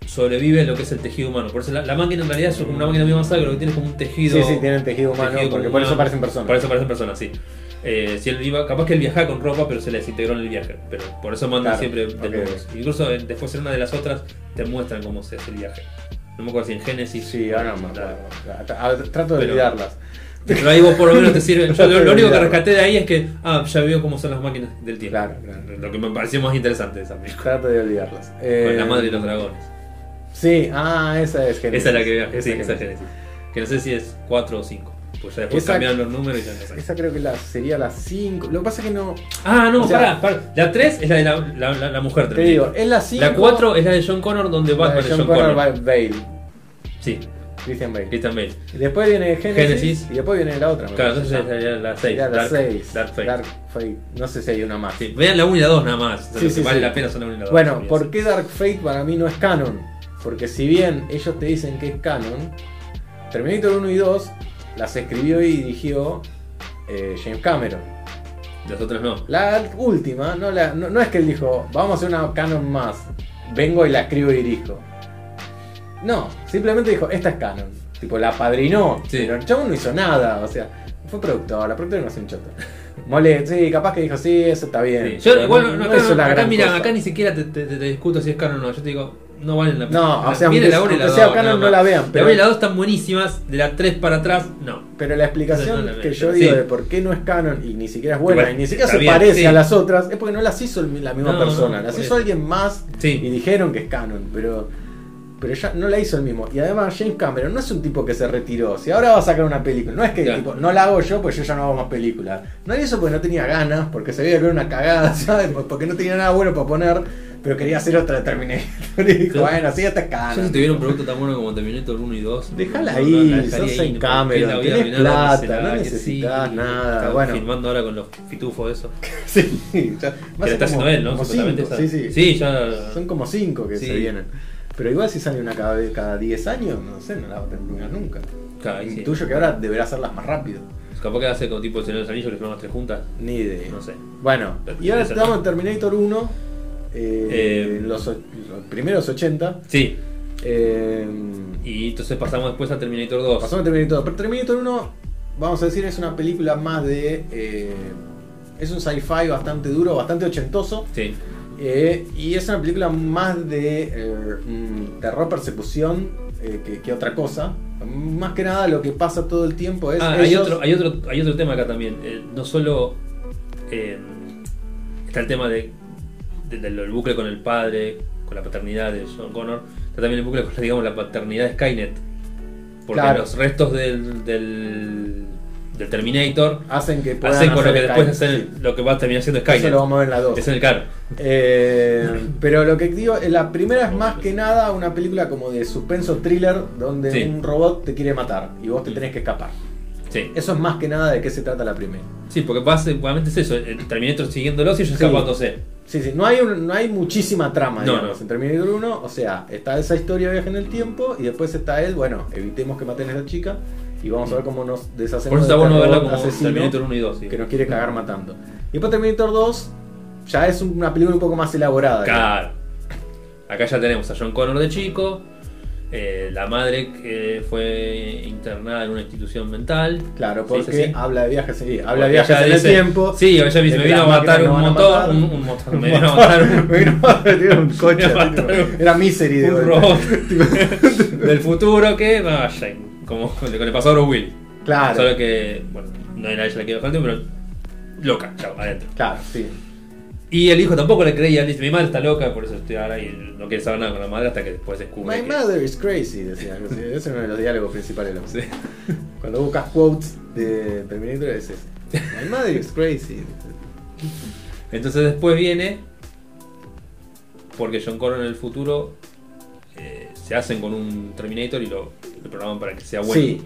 S2: sobrevive lo que es el tejido humano. Por eso la, la máquina en realidad es como una máquina muy avanzada, que lo que tiene es como un tejido.
S1: razón. Sí, sí, tienen tejido humano,
S2: tejido
S1: porque
S2: como
S1: por eso
S2: humano.
S1: parecen personas.
S2: Por eso parecen personas, sí. Eh, si él iba, capaz que él viajaba con ropa, pero se le desintegró en el viaje. Pero por eso mandan
S1: Claro,
S2: siempre
S1: ok,
S2: desnudos. Incluso en- después en una de las otras te muestran cómo se hace el viaje. No me acuerdo si en Génesis.
S1: Sí, ahora no me
S2: Claro.
S1: acuerdo. A- a- Trato de
S2: Pero-
S1: olvidarlas.
S2: Pero ahí vos por lo menos te sirve. Yo lo, lo único que
S1: Claro.
S2: rescaté de ahí es que, ah, ya veo cómo son las máquinas del tiempo.
S1: Claro, claro.
S2: Lo que me pareció más interesante de esa película.
S1: Trato de olvidarlas. Eh,
S2: Con la madre y los dragones.
S1: Sí, ah, esa es Génesis.
S2: Esa es la que veo.
S1: Esa
S2: Sí,
S1: que-
S2: esa es Génesis. Que no sé si es 4 o 5. Pues ya después
S1: Esa-
S2: cambiaron los números y ya no sé.
S1: Esa creo que la, sería la 5. Lo que pasa es que no.
S2: Ah, no,
S1: O sea-
S2: pará, pará. La 3 es la de la, la, la- la mujer.
S1: Te
S2: Terminator.
S1: digo, es la 5.
S2: La 4 es la de John Connor donde
S1: la
S2: Batman
S1: de
S2: es
S1: John,
S2: John
S1: Connor,
S2: Connor.
S1: Ba- Bale.
S2: Sí,
S1: Christian Bale.
S2: Christian Bale.
S1: Y Después viene Genesis,
S2: Génesis.
S1: y después viene la otra. me
S2: Claro,
S1: parece.
S2: entonces es la, la 6.
S1: Era Ah. la 6.
S2: Dark Fate.
S1: Dark Fate. No sé si hay una más.
S2: Sí, vean la 1 y la 2 nada más. O sea,
S1: Sí,
S2: lo que
S1: sí,
S2: vale
S1: sí.
S2: la pena son la 1 y la 2.
S1: Bueno, ¿por qué Dark Fate para mí no es canon? Porque si bien ellos te dicen que es canon, Terminator 1 y 2 las escribió y dirigió eh, James Cameron.
S2: Las otras no.
S1: La última, no, la- no, no es que él dijo, vamos a hacer una canon más, vengo y la escribo y dirijo. No, simplemente dijo, esta es canon. Tipo, la padrinó,
S2: Sí.
S1: pero el chabón no hizo nada, o sea, fue productor, la productora no hace un choto. Mole, sí, capaz que dijo, sí, eso está bien.
S2: Sí, Yo,
S1: pero
S2: igual,
S1: no-
S2: no,
S1: no
S2: acá,
S1: hizo
S2: no-
S1: la
S2: acá,
S1: gran
S2: mira,
S1: cosa.
S2: acá ni siquiera te, te- te discuto si es canon o no. Yo te digo, no valen la pena.
S1: No, o
S2: La-
S1: sea,
S2: miren
S1: aunque,
S2: la uno y la
S1: aunque sea
S2: dos,
S1: canon, no
S2: nada más.
S1: la vean.
S2: La
S1: Pero,
S2: 1 y la 2 están buenísimas, de la 3 para atrás, no.
S1: pero la explicación
S2: No, no la
S1: que
S2: vean,
S1: yo
S2: pero
S1: digo
S2: sí.
S1: de por qué no es canon y ni siquiera es buena
S2: Bueno,
S1: y ni siquiera
S2: está
S1: se
S2: bien,
S1: parece
S2: sí.
S1: a las otras es porque no las hizo el- la misma
S2: No, no,
S1: persona. Las
S2: por
S1: hizo
S2: eso.
S1: alguien más y
S2: Sí.
S1: dijeron que es canon, pero pero ya no la hizo el mismo. Y además James Cameron no es un tipo que se retiró. Si ahora va a sacar una película, no es que
S2: Claro.
S1: tipo, no la hago yo, pues yo ya no hago más películas. No la hizo porque no tenía ganas, porque se veía que era una cagada, ¿sabes? Por- Porque no tenía nada bueno para poner, pero quería hacer otra de Terminator. Y dijo,
S2: Claro.
S1: bueno, así hasta es
S2: Yo si
S1: canon.
S2: tuviera un producto tan bueno como Terminator 1 y 2.
S1: Déjala
S2: no,
S1: Ah, ahí,
S2: no, la dejaría
S1: sos en
S2: no,
S1: Cameron,
S2: la voy a
S1: tenés
S2: arruinar, no
S1: plata,
S2: sé
S1: no
S2: nada, que
S1: necesitas
S2: sí,
S1: nada,
S2: Están
S1: bueno.
S2: filmando ahora con los pitufos eso.
S1: Sí, ya-
S2: Que lo
S1: como-
S2: está haciendo él, ¿no?
S1: como
S2: Supuestamente
S1: cinco,
S2: esa-
S1: sí, sí.
S2: Sí, ya.
S1: Son como cinco que
S2: Sí.
S1: se vienen. Pero igual si sale una cada cada 10 años, no sé, no la va a terminar nunca.
S2: Claro, ahí
S1: el
S2: sí.
S1: tuyo que ahora deberá hacerlas más rápido.
S2: Capaz que hace como tipo el Señor de los Anillos que filman las tres juntas. eh,
S1: Ni idea.
S2: No sé.
S1: Bueno,
S2: Pero
S1: y ahora
S2: esa-
S1: estamos en Terminator 1, eh,
S2: Eh,
S1: en los, o- los primeros 80.
S2: Sí.
S1: Eh,
S2: Y entonces pasamos después a Terminator 2.
S1: pasamos a Terminator 2. Pero Terminator 1, vamos a decir, es una película más de... eh, es un sci-fi bastante duro, bastante ochentoso.
S2: Sí.
S1: Eh, y es una película más de eh, mm, terror, persecución eh, que, que otra cosa. Más que nada lo que pasa todo el tiempo es...
S2: Ah, hay
S1: ellos-
S2: otro, hay, otro, hay otro tema acá también. Eh, no solo eh, está el tema de, de- del del bucle con el padre, con la paternidad de John Connor, está también el bucle con digamos, la paternidad de Skynet. Porque
S1: Claro.
S2: los restos del, del, del Terminator
S1: Hacen que puedan
S2: hacen con lo que
S1: hacer
S2: después
S1: Skynet,
S2: hacen lo que va a terminar siendo
S1: sí. Eso
S2: Skynet.
S1: lo vamos a ver en la 2.
S2: Es en el carro.
S1: Eh, pero lo que digo, eh, la primera es más que nada una película como de suspenso thriller donde
S2: Sí.
S1: un robot te quiere matar y vos te tenés que escapar.
S2: Sí.
S1: Eso es más que nada de qué se trata la primera.
S2: sí, porque básicamente es eso, el Terminator siguiéndolos y ellos
S1: Sí.
S2: escapándose.
S1: Sí, sí, no hay, un- no hay muchísima trama
S2: No,
S1: digamos,
S2: no.
S1: en Terminator 1. O sea, está esa historia viaje en el tiempo y después está él, bueno, evitemos que maten a esta chica y vamos a ver cómo nos deshacemos
S2: Por eso está
S1: de este
S2: bueno verla
S1: robot
S2: como
S1: asesino
S2: Terminator 1 y 2. sí.
S1: que nos quiere cagar matando. Y después Terminator 2 ya es una película un poco más elaborada. digamos.
S2: Claro. Acá ya tenemos a John Connor de chico, eh, la madre que fue internada en una institución mental.
S1: Claro,
S2: Sí, sí,
S1: porque
S2: sí.
S1: habla de viajes, sí, habla
S2: Porque
S1: de viajes
S2: ella
S1: en el
S2: dice-
S1: tiempo.
S2: Sí, ella me dice,
S1: de
S2: me
S1: que
S2: vino a
S1: las máquinas
S2: matar
S1: no
S2: un
S1: van a
S2: motor,
S1: matar.
S2: un, un motor, me vino a matar un,
S1: Me vino a matar, tenía un coche.
S2: Me vino a
S1: así,
S2: matar
S1: tipo, Era misery de
S2: un
S1: golpe.
S2: robot del futuro que vaya, como le le pasó a Bruce Willis.
S1: Claro,
S2: Solo que, bueno, no era ella la que iba adelante, pero loca, chao, adentro.
S1: claro, sí.
S2: Y el hijo tampoco le creía, le dice, mi madre está loca, por eso estoy ahora y no quiere saber nada con la madre hasta que después descubre.
S1: My
S2: que-
S1: mother is crazy, decía. algo así. Ese es uno de los diálogos principales. de la
S2: Sí.
S1: música. Cuando buscas quotes de Terminator es ese. My mother is crazy.
S2: Entonces después viene, porque John Connor en el futuro eh, se hacen con un Terminator y lo, lo programan para que sea Ah, bueno.
S1: Sí,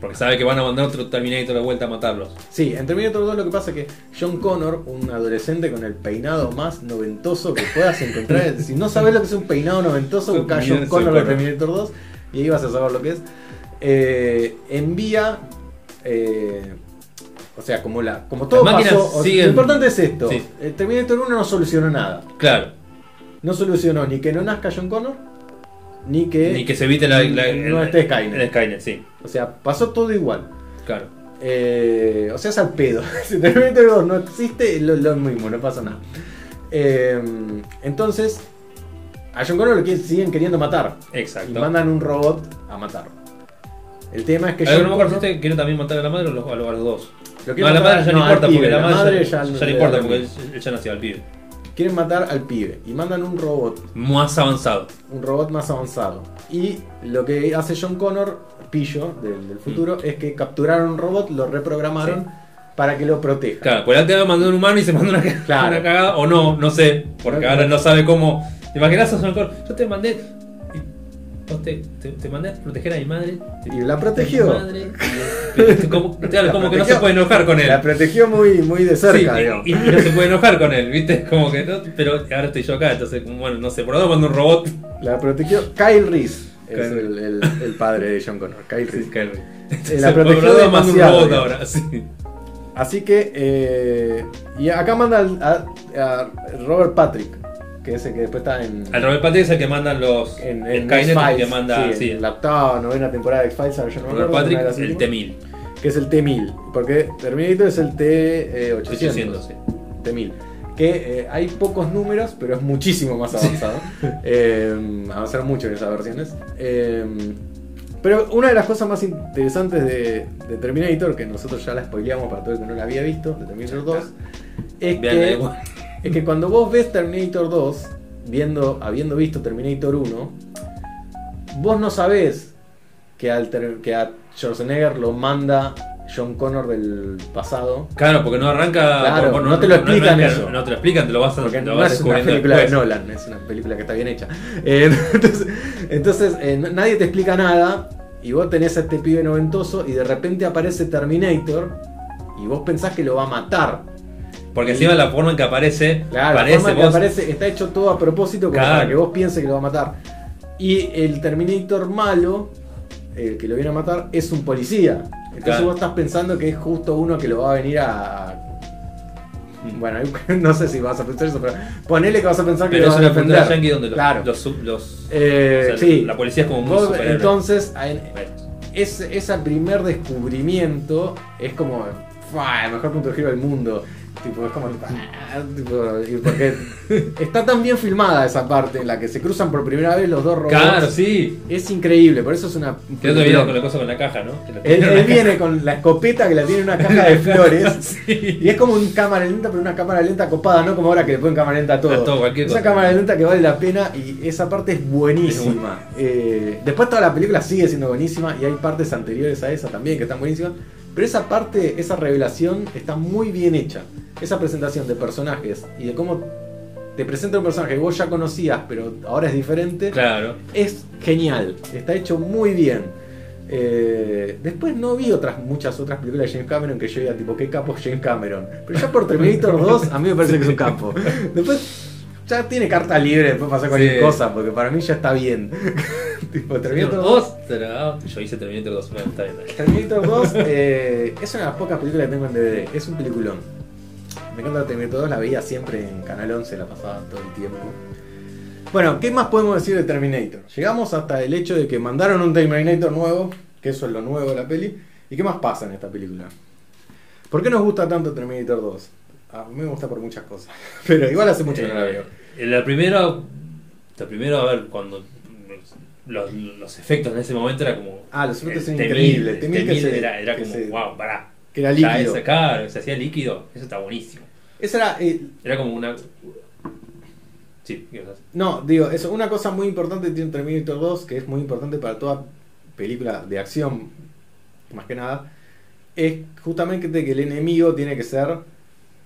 S2: Porque sabe que van a mandar otro Terminator de vuelta a matarlos.
S1: sí. En Terminator 2 lo que pasa es que John Connor, un adolescente con el peinado más noventoso que puedas encontrar. si no sabes lo que es un peinado noventoso, busca
S2: Mira,
S1: John
S2: soy
S1: Connor de
S2: Connor.
S1: Terminator 2 y ahí vas a saber lo que es. Eh, envía... eh, o sea, como la como todo
S2: máquinas
S1: pasó, o-
S2: siguen-
S1: lo importante es esto.
S2: Sí.
S1: El Terminator 1 no solucionó nada.
S2: Claro,
S1: no solucionó ni que no nazca John Connor, ni que.
S2: ni que se evite la, la-
S1: No esté Skynet.
S2: el Skynet, sí,
S1: O sea, pasó todo igual.
S2: claro.
S1: Eh, o sea, es al pedo. si Terminator 2 no existe, lo, lo mismo, no pasa nada. Eh, entonces, a John Connor lo que- siguen queriendo matar. Y
S2: Exacto.
S1: mandan un robot a matarlo. El tema es que
S2: A lo mejor
S1: Connor-
S2: usted quiere también matar a la madre o los- a los, a los dos.
S1: lo
S2: No, a
S1: quieren
S2: la
S1: matar-
S2: madre ya
S1: no,
S2: no,
S1: al
S2: importa
S1: pibe,
S2: porque la madre, ya,
S1: no-
S2: no importa
S1: la-
S2: porque él, él ya nació al pibe.
S1: Quieren matar al pibe y mandan un robot
S2: Más avanzado.
S1: un robot más avanzado. Y lo que hace John Connor, pillo del, del futuro, es que capturaron un robot, lo reprogramaron
S2: Mm. Sí.
S1: para que lo proteja.
S2: Claro, por antes mandó un humano y se mandó una, ca-
S1: Claro.
S2: una cagada, o no, no sé, porque
S1: Claro.
S2: ahora no sabe cómo. ¿Te imaginas a John Connor? Yo te mandé. y vos te, te, te mandé a proteger a mi madre. te-
S1: Y la protegió.
S2: a mi madre, y- pero es como, claro,
S1: La
S2: como que no se
S1: protegió.
S2: puede enojar con él.
S1: La protegió muy, muy de
S2: Sí,
S1: cerca,
S2: y-
S1: digamos.
S2: y, y no se puede enojar con él, ¿viste? Como que no, pero ahora estoy yo acá, entonces, como, bueno, no sé, por dónde mando un robot.
S1: La protegió Kyle Reese.
S2: Kyle
S1: Es el, el- el padre de John Connor, Kyle Reese.
S2: Carrie.
S1: Eh, la
S2: Entonces, por
S1: protegió
S2: dónde mando un
S1: demasiado.
S2: robot
S1: digamos.
S2: ahora, sí.
S1: Así que. eh, y acá manda al- a, a Robert Patrick, que es el que después está en.
S2: Al Robert Patrick es el que mandan los.
S1: en,
S2: el
S1: en
S2: Skynet, el
S1: X-Files,
S2: que manda.
S1: sí,
S2: sí,
S1: en la octava novena temporada de X-Files, ahora yo no me
S2: Robert
S1: acuerdo,
S2: Patrick,
S1: una de las
S2: el
S1: últimas.
S2: T-1000.
S1: eh, que es el T1000, porque Terminator es el T800.
S2: 800, sí.
S1: T1000. que eh, hay pocos números, pero es muchísimo más avanzado. Eh, avanzaron mucho en esas versiones. Eh, pero una de las cosas más interesantes de, de Terminator, que nosotros ya la spoileamos para todo el que no la había visto, de Terminator 2, es
S2: Vean
S1: que,
S2: algo.
S1: es que cuando vos ves Terminator 2, viendo, habiendo visto Terminator 1, vos no sabés que, al ter- que a Schwarzenegger lo manda John Connor del pasado
S2: Claro, porque no arranca.
S1: Claro,
S2: por-
S1: no te lo explican
S2: es que-
S1: eso.
S2: No te lo explican, te lo vas, a,
S1: Porque
S2: te lo
S1: no
S2: vas
S1: es una
S2: descubriendo
S1: película de
S2: después.
S1: Nolan, es una película que está bien hecha. Eh, entonces, entonces, eh, no- nadie te explica nada y vos tenés a este pibe noventoso y de repente aparece Terminator y vos pensás que lo va a matar.
S2: Porque encima la forma en que aparece.
S1: Claro,
S2: parece
S1: la forma en que
S2: vos-
S1: aparece está hecho todo a propósito como
S2: Claro.
S1: para que vos pienses que lo va a matar. Y el Terminator malo, el que lo viene a matar, es un policía. Entonces
S2: Claro.
S1: vos estás pensando que es justo uno que lo va a venir a...
S2: Mm.
S1: Bueno, no sé si vas a pensar eso, pero ponele que vas a pensar que
S2: Pero
S1: lo
S2: es
S1: van a
S2: una película
S1: defender.
S2: yankee donde los.
S1: Claro.
S2: los, sub- los-
S1: Eh,
S2: o sea,
S1: sí.
S2: La policía es como muy
S1: Vos,
S2: superhéroe.
S1: entonces, en-
S2: Bueno,
S1: es, ese primer descubrimiento es como "Fua, el mejor punto de giro del mundo. Tipo, es como. "Ah", tipo, y porque está tan bien filmada esa parte en la que se cruzan por primera vez los dos robots.
S2: Claro, sí.
S1: Es increíble, por eso es una.
S2: Que otro viene con la cosa con la caja, ¿no?
S1: él, él viene con la escopeta que la tiene en una caja de flores.
S2: Sí.
S1: Y es como un cámara lenta, pero una cámara lenta copada, no como ahora que le ponen cámara lenta a todo.
S2: A todo, cualquier
S1: Esa
S2: cosa.
S1: cámara lenta que vale la pena y esa parte es buenísima. Eh, después toda la película sigue siendo buenísima y hay partes anteriores a esa también que están buenísimas. Pero esa parte, esa revelación está muy bien hecha. Esa presentación de personajes y de cómo te presenta un personaje que vos ya conocías, pero ahora es diferente
S2: Claro.
S1: es genial, está hecho muy bien. Eh, después no vi otras muchas otras películas de James Cameron que yo diga tipo qué capo es James Cameron. Pero ya por Terminator 2 a mí me parece que es un capo. Después ya tiene carta libre, después pasa cualquier
S2: Sí.
S1: cosa, porque para mí ya está bien. tipo Terminator 2.
S2: Ostras. Yo hice Terminator 2. Bueno, está bien.
S1: Terminator 2 eh, es una de las pocas películas que tengo en DVD, es un peliculón. Me encanta Terminator 2, la veía siempre en Canal 11, la pasaba todo el tiempo. Bueno, ¿qué más podemos decir de Terminator? Llegamos hasta el hecho de que mandaron un Terminator nuevo, que eso es lo nuevo de la peli. ¿Y qué más pasa en esta película? ¿Por qué nos gusta tanto Terminator 2? A mí me gusta por muchas cosas, pero igual hace mucho que no la veo.
S2: Eh, La primera, la primera, a ver, cuando los, los efectos en ese momento era como.
S1: Ah, los efectos
S2: eh,
S1: son
S2: temible,
S1: increíbles. Temí que
S2: temible,
S1: se-
S2: era, era
S1: que
S2: como,
S1: se-
S2: wow, pará.
S1: Que era
S2: Ya,
S1: líquido.
S2: ese- claro, se hacía líquido, eso está buenísimo.
S1: Esa era eh,
S2: Era como una. Sí, ¿qué vas a hacer?
S1: No, digo, eso, una cosa muy importante tiene Terminator 2, que es muy importante para toda película de acción, más que nada, es justamente que el enemigo tiene que ser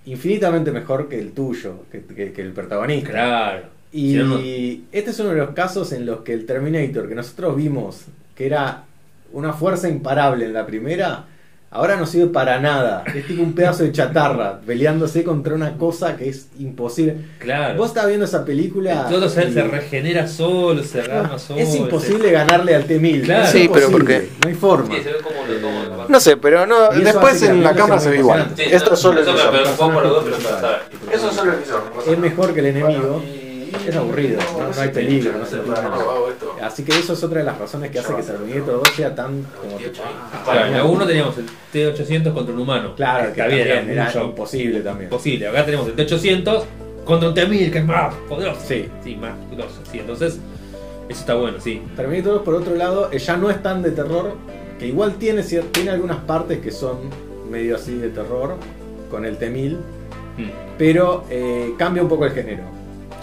S1: infinitamente mejor que el tuyo, que, que- que el protagonista.
S2: Claro.
S1: Y
S2: Si no, no-
S1: este es uno de los casos en los que el Terminator que nosotros vimos, que era una fuerza imparable en la primera, ahora no sirve para nada. Es tipo un pedazo de chatarra peleándose contra una cosa que es imposible.
S2: claro.
S1: Vos estás viendo esa película.
S2: todo se,
S1: y-
S2: se regenera solo, se arma solo.
S1: Ah, es
S2: se-
S1: imposible ganarle al T-1000.
S2: Claro.
S1: es
S2: Sí,
S3: pero
S1: imposible,
S3: porque-
S1: No hay forma.
S4: Sí, se ve como lo
S2: Eh,
S4: como lo-
S3: No sé, pero no.
S1: Y eso
S3: Después
S1: hace que
S3: en
S1: la
S3: la
S1: película sea
S3: cámara se
S1: muy
S3: ve igual.
S1: emocionante.
S4: Sí,
S3: Esto
S4: no,
S3: solo es
S4: no,
S3: lo
S4: pero-
S3: que
S4: pero
S3: hizo.
S4: vos por los dos, pero para saber.
S3: Eso solo es lo que hizo.
S1: Es mejor que el enemigo.
S4: Y-
S1: Es aburrido. No, no hay peligro. No se
S4: sé,
S1: puede
S4: no,
S1: ganar.
S4: hago esto.
S1: Así que eso es otra de las razones que hace que Terminator 2 sea tan. Como ah,
S2: Claro, en la 1 teníamos el T800 contra un humano.
S1: Claro, que
S2: está bien,
S1: también
S2: era
S1: era
S2: mucho
S1: imposible también.
S2: posible. Acá tenemos el T800 contra un T1000 que es más poderoso.
S1: Sí.
S2: Sí, más poderoso. Sí, entonces, eso está bueno, sí.
S1: Terminator 2, por otro lado, eh, ya no es tan de terror, que igual tiene, cier- tiene algunas partes que son medio así de terror, con el T-1000,
S2: Mm.
S1: pero eh, cambia un poco el género.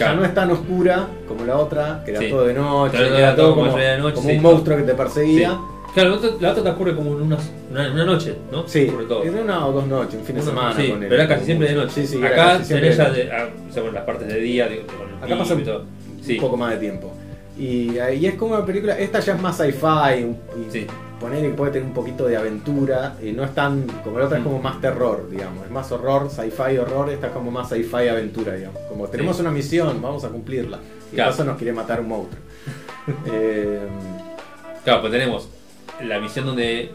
S1: Ya
S2: Claro.
S1: no es tan oscura como la otra, que era
S2: Sí.
S1: todo de noche,
S2: Claro,
S1: que era todo como,
S2: era de noche,
S1: como
S2: sí.
S1: un monstruo que te perseguía.
S2: Claro, la otra, la otra transcurre como en una, una, una noche, ¿no?
S1: Sí,
S2: Sobre todo.
S1: es de una o dos noches, un fin de
S2: Una-
S1: semana.
S2: sí,
S1: con él.
S2: pero era casi siempre de noche.
S1: Sí, sí, era
S2: Acá
S1: casi siempre
S2: tenés
S1: de
S2: ya
S1: noche.
S2: de, ah, o sea, bueno, las partes de día, de, con el
S1: Acá
S2: pibe
S1: pasa
S2: y todo. Sí,
S1: un poco más de tiempo. Y, eh, y es como una película, esta ya es más sci-fi, un- y
S2: sí.
S1: poner puede tener un poquito de aventura, y no es tan, como la otra es como más terror, digamos, es más horror, sci-fi horror, esta es como más sci-fi aventura, digamos, como tenemos una misión, vamos a cumplirla, y
S2: Claro.
S1: por eso nos quiere matar un monstruo. Eh,
S2: Claro, pues tenemos la misión donde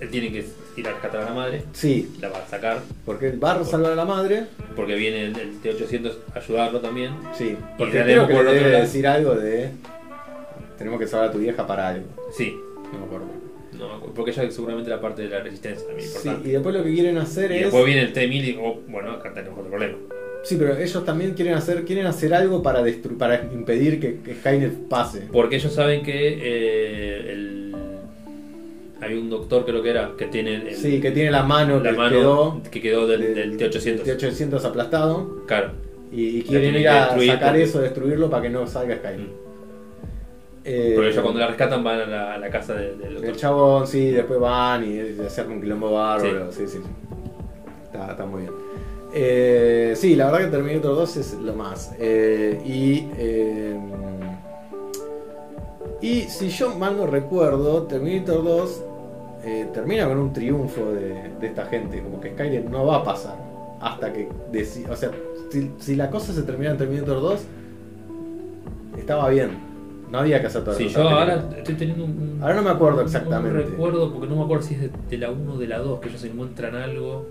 S2: él tiene que ir a rescatar a la madre,
S1: sí,
S2: la va a sacar,
S1: porque el bar salva a la madre,
S2: porque viene el, el T800 a ayudarlo también.
S1: sí,
S2: Y
S1: porque
S2: la
S1: creo
S2: demo
S1: que
S2: por
S1: le
S2: otro
S1: debe
S2: lado.
S1: decir algo de, tenemos que salvar a tu vieja para algo,
S2: Sí,
S1: no me acuerdo.
S2: no me acuerdo, porque ella es seguramente la parte de la resistencia también
S1: Sí,
S2: importante.
S1: y después lo que quieren hacer
S2: y
S1: es...
S2: después viene el T1000 y digo, bueno, acá tenemos otro problema.
S1: Sí, pero ellos también quieren hacer, quieren hacer algo para destru- para impedir que, que Skynet pase.
S2: Porque ellos saben que eh, el- hay un doctor, creo que era, que tiene el-
S1: Sí, que tiene la mano
S2: la
S1: que
S2: mano
S1: quedó
S2: que quedó del, del T-800.
S1: del T-800 aplastado
S2: Claro.
S1: y, y
S2: La
S1: quieren
S2: tienen
S1: ir
S2: que
S1: a
S2: destruir
S1: sacar
S2: porque-
S1: eso, destruirlo para que no salga Skynet.
S2: Mm.
S1: Eh,
S2: Porque ellos cuando la rescatan van a la, a la casa de- del
S1: El
S2: doctor.
S1: chabón, sí, después van y se hacen un quilombo bárbaro. Sí, sí, sí. Está, está muy bien. Eh, sí, la verdad que Terminator 2 es lo más. Eh, y. eh, y si yo mal no recuerdo, Terminator 2 eh, termina con un triunfo de, de esta gente. Como que Skynet no va a pasar. Hasta que. deci- o sea, si, si la cosa se termina en Terminator 2, estaba bien. No había que hacer todo
S2: Sí,
S1: eso.
S2: yo ahora estoy teniendo un.
S1: Ahora no me acuerdo
S2: un-
S1: exactamente.
S2: Un recuerdo, porque no me acuerdo si es de, de la 1 o de la 2, que ellos encuentran algo.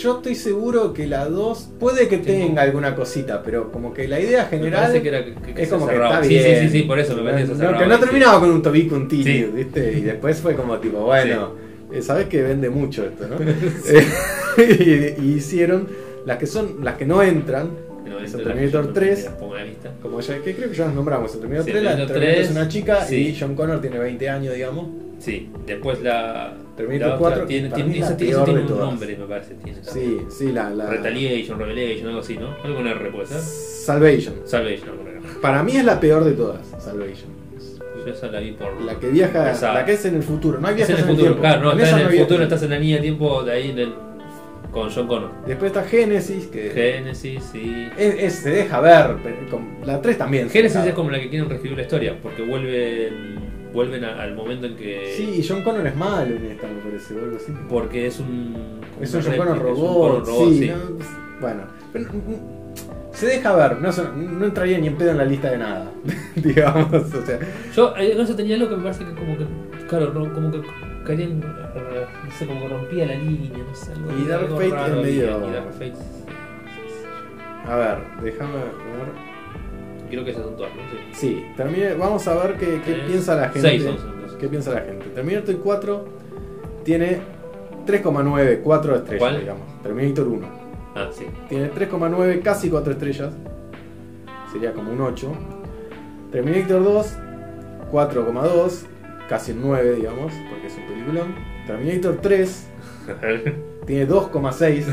S1: Yo estoy seguro que la 2 puede que
S2: Tengo-
S1: tenga alguna cosita, pero como que la idea
S2: Me
S1: general
S2: parece que era que, que
S1: es
S2: se
S1: como que
S2: cerraba.
S1: está
S2: sí,
S1: bien.
S2: sí, sí, sí, por eso me parece que se
S1: No,
S2: cerraba
S1: que no
S2: ahí, sí.
S1: terminaba con un tobico, un tibio,
S2: Sí.
S1: ¿viste? Y después fue como tipo, bueno, eh, sabes que vende mucho esto, ¿no? Eh, y, y hicieron las que son las que no entran,
S2: Que no,
S1: Eso,
S2: esto
S1: Terminator
S2: también,
S1: 3.
S2: que las ponga a vista.
S1: como ya que creo que ya nos nombramos, el Terminator
S2: Sí,
S1: 3, la
S2: Terminator
S1: Terminator es
S2: 3,
S1: una chica
S2: sí.
S1: y John Connor tiene 20 años, digamos.
S2: Sí, después la.
S1: Terminator
S2: la otra
S1: 4,
S2: tiene,
S1: para mí
S2: tiene,
S1: la
S2: esa tiene- esa
S1: peor
S2: tiene
S1: de
S2: un
S1: todas.
S2: nombre, me parece. Tiene
S1: Sí, sí, la, la
S2: Retaliation, Revelation, algo así, ¿no? Algo con R puede ser.
S1: Salvation.
S2: Salvation, algo con R.
S1: Para mí es la peor de todas, Salvation.
S2: Yo esa la vi por.
S1: La que viaja,
S2: Esa.
S1: la que es en el futuro. No hay
S2: es en
S1: viajes
S2: el futuro,
S1: tiempo.
S2: claro, no,
S1: En
S2: estás
S1: esa
S2: en
S1: no
S2: el
S1: hay
S2: futuro,
S1: viajes.
S2: estás en la línea de tiempo de ahí en el- con John Connor.
S1: Después está Génesis, que
S2: Genesis y.
S1: es- es- se deja ver. pero con- la 3 también. se
S2: Genesis
S1: deja
S2: es
S1: ver.
S2: como la que quieren reescribir la historia, porque vuelven, vuelven a- al momento en que.
S1: Sí, y John Connor es malo en esta, me parece, o algo así.
S2: Porque es un.
S1: es
S2: una
S1: un John
S2: réplica,
S1: Connor
S2: es un
S1: robot.
S2: Connor robot,
S1: sí,
S2: sí.
S1: no, es- bueno. pero, mm, se deja ver, no, se- no entraría ni en pedo en la lista de nada, digamos. O sea,
S2: Yo, eh, no sé, tenía algo que me parece que como que. Claro, no, como que caían. eh, No sé, como que rompía la línea, no sé. Algo,
S1: Y Dark
S2: algo
S1: Fate
S2: raro
S1: en medio-
S2: había, Y Dark Fate. sí, sí,
S1: a ver, déjame ver.
S2: sí. Creo que esas son todas, ¿no? Sí.
S1: Sí, termine, vamos a ver qué, qué
S2: Tres,
S1: piensa la gente.
S2: Seis son, son las-
S1: ¿Qué piensa la gente? Terminator 4 tiene 3,9, 4 estrellas,
S2: ¿Cuál?
S1: digamos. Terminator 1
S2: Ah, sí.
S1: tiene 3,9, casi 4 estrellas. Sería como un 8. Terminator 2, 4,2, casi un 9, digamos, porque es un peliculón. Terminator 3 tiene 2,6.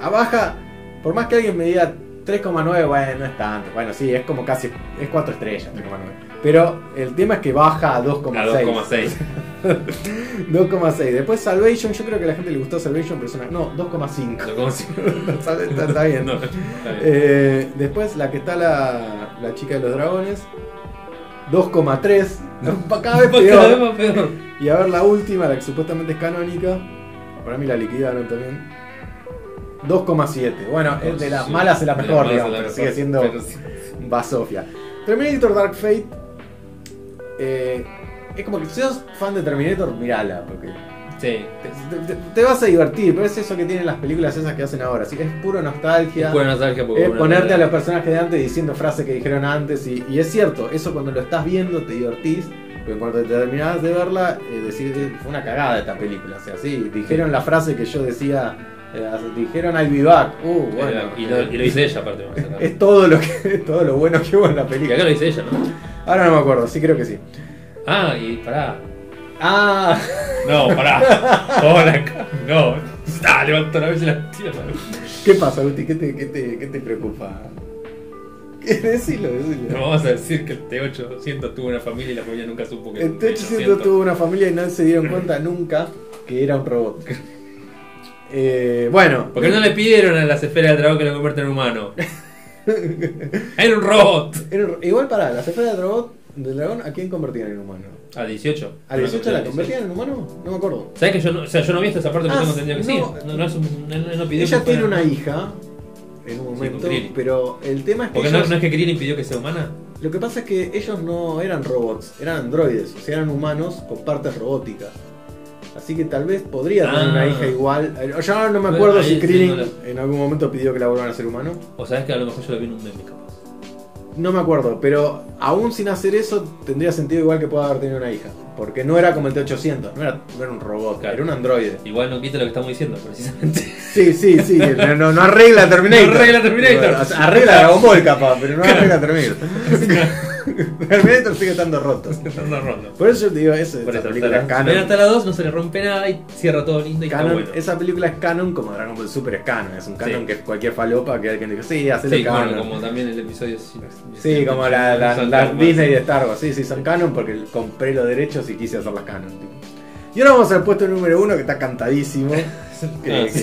S1: Abaja, por más que alguien me diga 3,9, bueno, no es tanto. Bueno, sí, es como casi, es 4 estrellas, 3,9. Pero el tema es que baja a
S2: A 2,6.
S1: 2,6. Después Salvation, yo creo que a la gente le gustó Salvation, pero es una- No, 2,5.
S2: 2,5.
S1: está, está- está bien.
S2: No, está bien.
S1: Eh, después la que está la, la chica de los dragones. 2,3. Va Cada vez
S2: Cada vez
S1: peor.
S2: más peor.
S1: Y a ver la última, la que supuestamente es canónica. Para mí la liquidaron también. 2,7. Bueno, es de las
S2: Sí,
S1: malas es la
S2: de las
S1: mejor, digamos,
S2: malas es la
S1: pero
S2: mejor,
S1: sigue siendo
S2: pero sí.
S1: va Sofía. Terminator Dark Fate. eh, es como que si sos fan de Terminator, mirala, porque
S2: Sí.
S1: te, te- te vas a divertir, pero es eso que tienen las películas esas que hacen ahora. ¿sí? Es pura nostalgia.
S2: Es buena nostalgia porque
S1: es
S2: bueno,
S1: ponerte a los
S2: la-
S1: personajes de antes diciendo frases que dijeron antes. Y, y es cierto, eso cuando lo estás viendo te divertís. Pero en cuanto te terminabas de verla, eh, decís, "Eh, fue una cagada esta película. O sea, sí, dijeron la frase que yo decía. eh, dijeron I'll be back. Uh, bueno.
S2: y, lo, y lo hice ella aparte. vamos a sacar.
S1: es todo lo que es todo lo bueno que hubo en la
S2: Y
S1: película.
S2: acá lo hice ella, ¿no?
S1: Ahora no me acuerdo, sí creo que sí.
S2: Ah, y pará.
S1: Ah,
S2: No, pará. Hola, ca- no. Ah, levanto la vez y la tiro.
S1: ¿qué pasa, Guti? ¿Qué te, qué te, qué te preocupa? Decilo,
S2: No
S1: decilo.
S2: vamos a decir que el T800 tuvo una familia y la familia nunca supo que
S1: El T-800 tuvo una familia y no se dieron cuenta nunca que era un robot. Eh, bueno,
S2: Porque no le pidieron a las esferas del dragón que lo conviertan en humano. Era un robot.
S1: era un- igual para las esferas del robot del dragón, ¿a quién convertían en humano?
S2: A 18.
S1: ¿A 18 la convertían en humano? No me acuerdo.
S2: ¿Sabes que yo no, o sea, yo no vi esta parte
S1: Ah,
S2: porque tengo entendido que sí?
S1: no.
S2: No, no, es un- no, no, no pidió
S1: Ella
S2: que
S1: tiene una
S2: fuera-
S1: hija en un
S2: con
S1: momento,
S2: Krillin.
S1: pero el tema es que
S2: Porque no,
S1: ellos-
S2: no es que Krillin pidió que sea humana.
S1: Lo que pasa es que ellos no eran robots, eran androides, o sea, eran humanos con partes robóticas. Así que tal vez podría tener
S2: Ah.
S1: una hija igual. Eh, Yo ahora no me
S2: Bueno,
S1: acuerdo
S2: ahí
S1: si
S2: sí,
S1: Krillin
S2: no la-
S1: en algún momento pidió que la vuelvan a ser humano.
S2: O sabes que a lo mejor yo lo vi en un meme capaz.
S1: No me acuerdo, pero aún sin hacer eso tendría sentido igual que pueda haber tenido una hija. Porque no era como el T-800, no era, no era un robot,
S2: Claro.
S1: era un androide.
S2: Igual no quita lo que estamos diciendo, precisamente.
S1: Sí, sí, sí. No, no, no arregla Terminator.
S2: No arregla Terminator.
S1: O sea, Arregla Dragon Ball capaz, pero no arregla Terminator. Terminator sigue estando roto.
S2: Fernando Rondo.
S1: Por eso yo te digo eso.
S2: Por
S1: esa
S2: eso, hasta
S1: película
S2: la,
S1: es canon.
S2: hasta la 2 no se le rompe nada y cierra todo lindo y
S1: Canon-
S2: está bueno.
S1: Esa película es canon como Dragon Ball Super es canon. Es un canon
S2: Sí.
S1: que es cualquier falopa que alguien diga, sí, hacelo
S2: Sí,
S1: canon.
S2: bueno, como también el episodio. Sí,
S1: Este, Sí, como la, la-
S2: Son
S1: las
S2: tan mal.
S1: Disney de Star Wars. Sí, sí, son canon porque compré los derechos y quise hacerlas canon. tipo. Y ahora vamos al puesto número uno que está cantadísimo.
S2: Ah,
S1: Que-
S2: sí.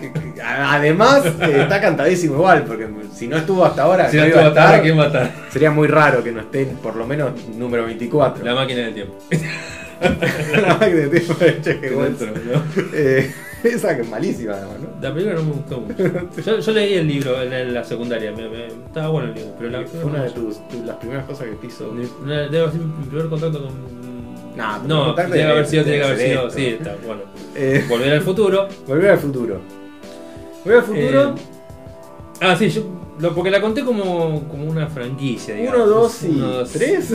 S1: que- que- a- además, eh, está cantadísimo igual porque si no estuvo hasta ahora,
S2: Si
S1: no
S2: no te
S1: iba a
S2: matar, ¿a
S1: estar.
S2: quién matar?
S1: Sería muy raro que no esté por lo menos número 24.
S2: La máquina del tiempo.
S1: La máquina de tiempo de Che Guevara.
S2: Dentro, ¿no?
S1: Eh, Esa que es malísima, además, ¿no?
S2: La película no me gustó mucho. Yo, yo leí el libro en la- en la secundaria, me- me- estaba bueno el libro, pero la
S1: Fue una de tus, tu- las primemas cosas que te hizo.
S2: Mi- una- Debe haber sido mi primer contacto con.
S1: Nah, pero
S2: no,
S1: contacto
S2: tiene que
S1: de-
S2: haber sido, tiene que
S1: de
S2: haber sido.
S1: hacer
S2: Sí, está, bueno.
S1: Eh,
S2: Volver al futuro.
S1: volver al futuro. Volver al futuro.
S2: Eh, ah, sí, yo. lo- porque la conté como, como una franquicia, digamos.
S1: Uno, dos y
S2: Uno, dos-
S1: tres.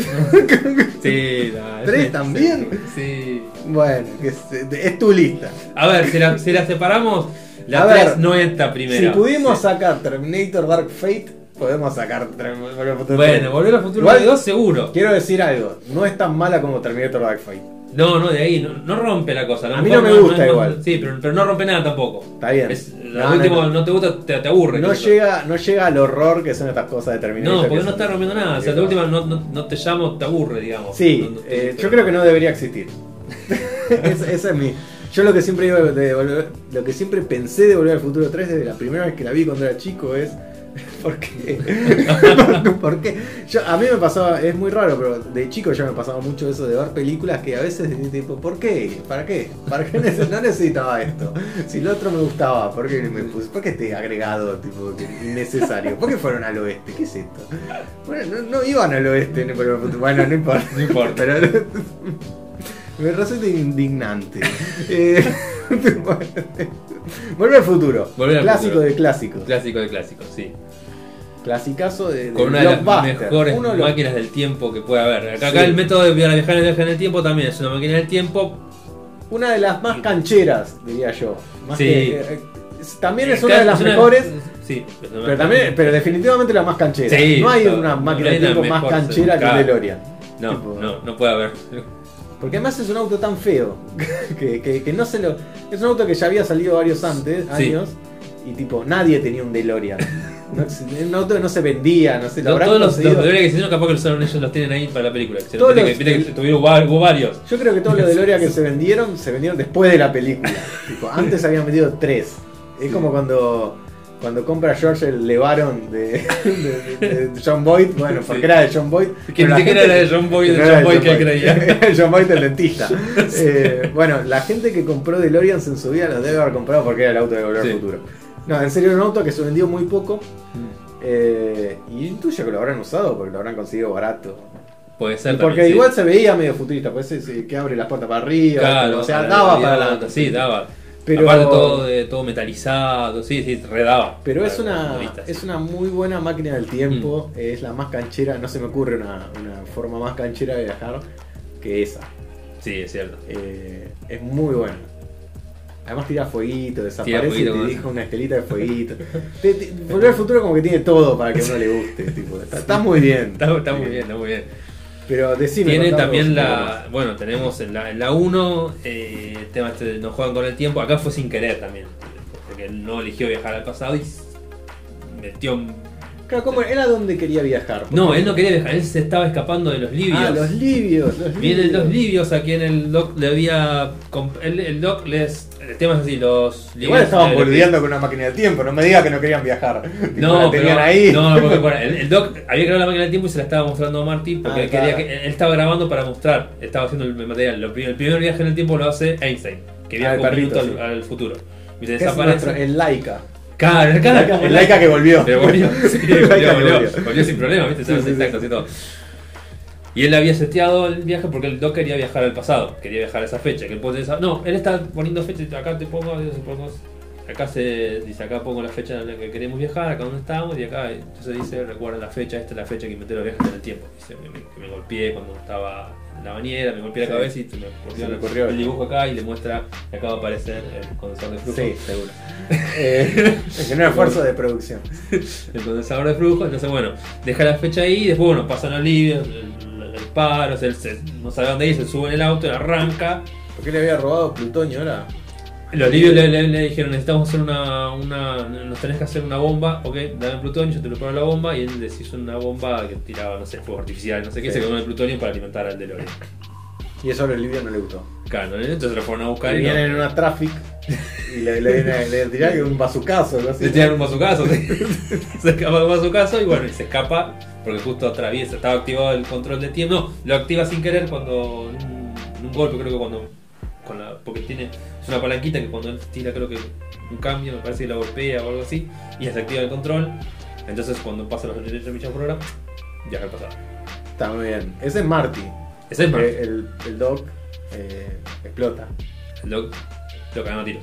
S2: Sí, nah,
S1: ¿Tres
S2: es-
S1: también?
S2: Sí.
S1: bueno, que se- de- es tu lista.
S2: A ver, si la, si la separamos, la
S1: A ver,
S2: 3 no es la primera.
S1: Si pudimos
S2: Sí.
S1: sacar Terminator Dark Fate, podemos sacar Term- Volver al futuro.
S2: Bueno, volver al futuro
S1: Igual-
S2: de 2 seguro.
S1: Quiero decir algo, no es tan mala como Terminator Dark Fate.
S2: No, no, de ahí, no, no rompe la cosa.
S1: A mí
S2: mejor
S1: no me
S2: es-
S1: gusta
S2: es-
S1: igual.
S2: sí, pero, pero no rompe nada tampoco.
S1: Está bien.
S2: Es-
S1: No,
S2: lo
S1: no,
S2: último,
S1: no.
S2: no te gusta, te, te aburre.
S1: No
S2: incluso.
S1: llega, no llega al horror que son estas cosas de Terminator.
S2: No,
S1: que
S2: porque no
S1: son-
S2: está rompiendo nada. O sea, la última no, no, no te llamo, te aburre, digamos.
S1: Sí,
S2: No- no te
S1: eh,
S2: gusta.
S1: yo creo que no debería existir. Es- esa es mi. Yo lo que siempre digo de volver- lo que siempre pensé de volver al futuro 3 desde la primera vez que la vi cuando era chico es ¿por qué? ¿Por qué? Yo, a mí me pasaba, es muy raro, pero de chico ya me pasaba mucho eso de ver películas que a veces decía tipo, ¿por qué? ¿Para qué? ¿Para qué nece- no necesitaba esto? Si lo otro me gustaba, ¿por qué me puse? ¿Por qué este agregado tipo que innecesario? ¿Por qué fueron al oeste? ¿Qué es esto? Bueno, no, no iban al oeste, no, pero- bueno, no importa.
S2: No importa.
S1: Pero me resulta indignante. Eh, Volver al futuro.
S2: Volver al
S1: clásico
S2: futuro.
S1: de clásicos.
S2: Clásico de clásicos, sí.
S1: Clasicazo de, de
S2: Con una de las
S1: blockbuster.
S2: mejores
S1: Uno de los-
S2: máquinas del tiempo que puede haber. Acá, acá
S1: Sí.
S2: el método de viajar, viajar viaje en el tiempo también es una máquina del tiempo.
S1: una de las más cancheras, diría yo. Más
S2: Sí.
S1: que- eh, es- también es
S2: Acá
S1: una de las mejores,
S2: Sí, es una-
S1: pero también, pero definitivamente la más canchera.
S2: Sí,
S1: no hay
S2: no,
S1: una
S2: no
S1: máquina
S2: hay
S1: de
S2: una
S1: tiempo más
S2: mejor,
S1: canchera que un
S2: claro.
S1: DeLorean.
S2: No,
S1: tipo-
S2: no, no puede haber.
S1: Porque además es un auto tan feo que, que- que no se lo. Es un auto que ya había salido varios antes,
S2: Sí.
S1: años, y tipo, nadie tenía un DeLorean. No, ex- un auto que no se vendía, no sé, lo habrán
S2: todos los, los
S1: conseguido.
S2: deberes que se hicieron, capaz que los usaron ellos los tienen ahí para la película. Se los
S1: Todos
S2: tienen
S1: los-
S2: que, viste que tuvieron va- hubo varios.
S1: Yo creo que todos los DeLorean que se vendieron, se vendieron después de la película. Tipo, antes habían vendido tres. Es como cuando. Cuando compra George el Levaron de, de- de- de John Boyd, bueno, porque
S2: Sí.
S1: era de John Boyd.
S2: Que
S1: pero
S2: ni
S1: la
S2: siquiera
S1: gente-
S2: era de John Boy,
S1: Que
S2: de
S1: no
S2: John
S1: era
S2: Boy que él
S1: Boyd.
S2: creía.
S1: Era John Boyd el dentista. Eh, bueno, la gente que compró DeLoreans en su vida los debe haber comprado porque era el auto de Volver al
S2: Sí.
S1: Futuro. No, en serio, era un auto que se vendió muy poco. eh, y intuyo que lo habrán usado porque lo habrán conseguido barato.
S2: Puede ser también,
S1: Porque
S2: sí.
S1: igual se veía medio futurista, pues ese que abre las puertas para arriba.
S2: Claro,
S1: o sea,
S2: para-
S1: daba para adelante.
S2: Sí, daba.
S1: Pero,
S2: Aparte todo, de- todo metalizado, sí, sí, redaba.
S1: pero es,
S2: Para los
S1: una,
S2: futbolistas. Mm.
S1: es una muy buena máquina del tiempo. Es la más canchera. No se me ocurre una, una forma más canchera de viajar que esa.
S2: Sí, es cierto.
S1: Eh, es muy buena. Además tira fueguito, desaparece
S2: fueguito,
S1: y
S2: ¿no?
S1: te deja una estelita de fueguito. Te- te- Volver al futuro como que tiene todo para que a uno le guste. tipo, está, está muy bien.
S2: Está, está muy bien, está muy bien.
S1: Pero decime.
S2: Tiene
S1: contame vos
S2: también
S1: un poco
S2: la.
S1: más.
S2: Bueno, tenemos en la, en la 1, eh, el tema este de no juegan con el tiempo. Acá fue sin querer también. Porque él no eligió viajar al pasado y s- metió.
S1: Claro, ¿cómo era donde quería viajar?
S2: No, él no quería viajar, él se estaba escapando de los libios.
S1: Ah, los libios. Los
S2: Vienen
S1: libios.
S2: los libios a quien el Doc le había. comp- El, el Doc les. El tema es así, los.
S1: Igual
S2: libios-
S1: estaban
S2: eh,
S1: boludeando con una máquina del tiempo, no me digas que no querían viajar.
S2: No,
S1: la
S2: pero-
S1: tenían ahí.
S2: No, porque bueno, el, el Doc había creado la máquina del tiempo y se la estaba mostrando a Marty porque
S1: Ah,
S2: él, quería
S1: claro.
S2: que, él estaba grabando para mostrar, estaba haciendo el material. Lo pri- el primer viaje en el tiempo lo hace Einstein, que
S1: Ah,
S2: viaja
S1: el
S2: un
S1: perrito,
S2: minuto al,
S1: sí.
S2: al futuro. Y se
S1: Que es nuestro-
S2: desaparece.
S1: el Laika.
S2: Claro,
S1: El
S2: claro.
S1: Laika, el Laika que volvió.
S2: Pero volvió, sí,
S1: El Laika
S2: volvió,
S1: que
S2: volvió,
S1: volvió.
S2: Volvió sin problema, ¿viste?
S1: Sí, sí, sí.
S2: Exacto, así todo. Y él había seteado el viaje porque el Doc quería viajar al pasado, quería viajar a esa fecha. Que él puede esa- No, él está poniendo fecha, acá te pongo, adiós, te pongo. acá se dice, acá pongo la fecha en la que queremos viajar, acá donde estamos, y acá entonces dice, recuerda la fecha, esta es la fecha que inventé los viajes en el tiempo. Dice, que me, que me golpeé cuando estaba en la bañera, me golpeé la
S1: Sí.
S2: cabeza y me
S1: Se
S2: golpeó
S1: me
S2: el-
S1: corrió.
S2: el dibujo acá y le muestra que acaba de aparecer el condensador de flujo.
S1: Sí, seguro. Eh, es un esfuerzo de producción.
S2: El condensador de flujo, entonces bueno, deja la fecha ahí, y después bueno, pasan a Libia, el, el- el paro, se- se- no sabe dónde ir, se sube en el auto, arranca.
S1: ¿Por qué le había robado Plutonio ahora?
S2: Los libios le, le- le dijeron, necesitamos hacer una, una- Nos tenés que hacer una bomba, ok, dame el plutonio, yo te preparo la bomba, y él les hizo una bomba que tiraba, no sé, fuego artificial, no sé qué,
S1: Sí.
S2: se quedó con el plutonio para alimentar al DeLorean.
S1: Y eso a los libios no le gustó.
S2: Claro, ¿no? entonces lo fueron a
S1: Que
S2: buscar y no-
S1: vienen en una traffic y le, le, le, le dirá que un bazucazo o algo así.
S2: le tiran un bazucazo, sí. se escapa un bazucazo y bueno, y se escapa porque justo atraviesa, estaba activado el control de tiempo, no, lo activa sin querer cuando, en un- en un golpe creo que cuando, con la, porque tiene, es una palanquita que cuando él tira creo que un cambio, me parece que la golpea o algo así, y desactiva el control, entonces cuando pasa los 88 millas por hora, viaja al pasado.
S1: Está muy bien. Ese es Marty.
S2: Ese es
S1: Que
S2: el
S1: Eh, el, el Doc eh, explota.
S2: lo, lo que no tiro.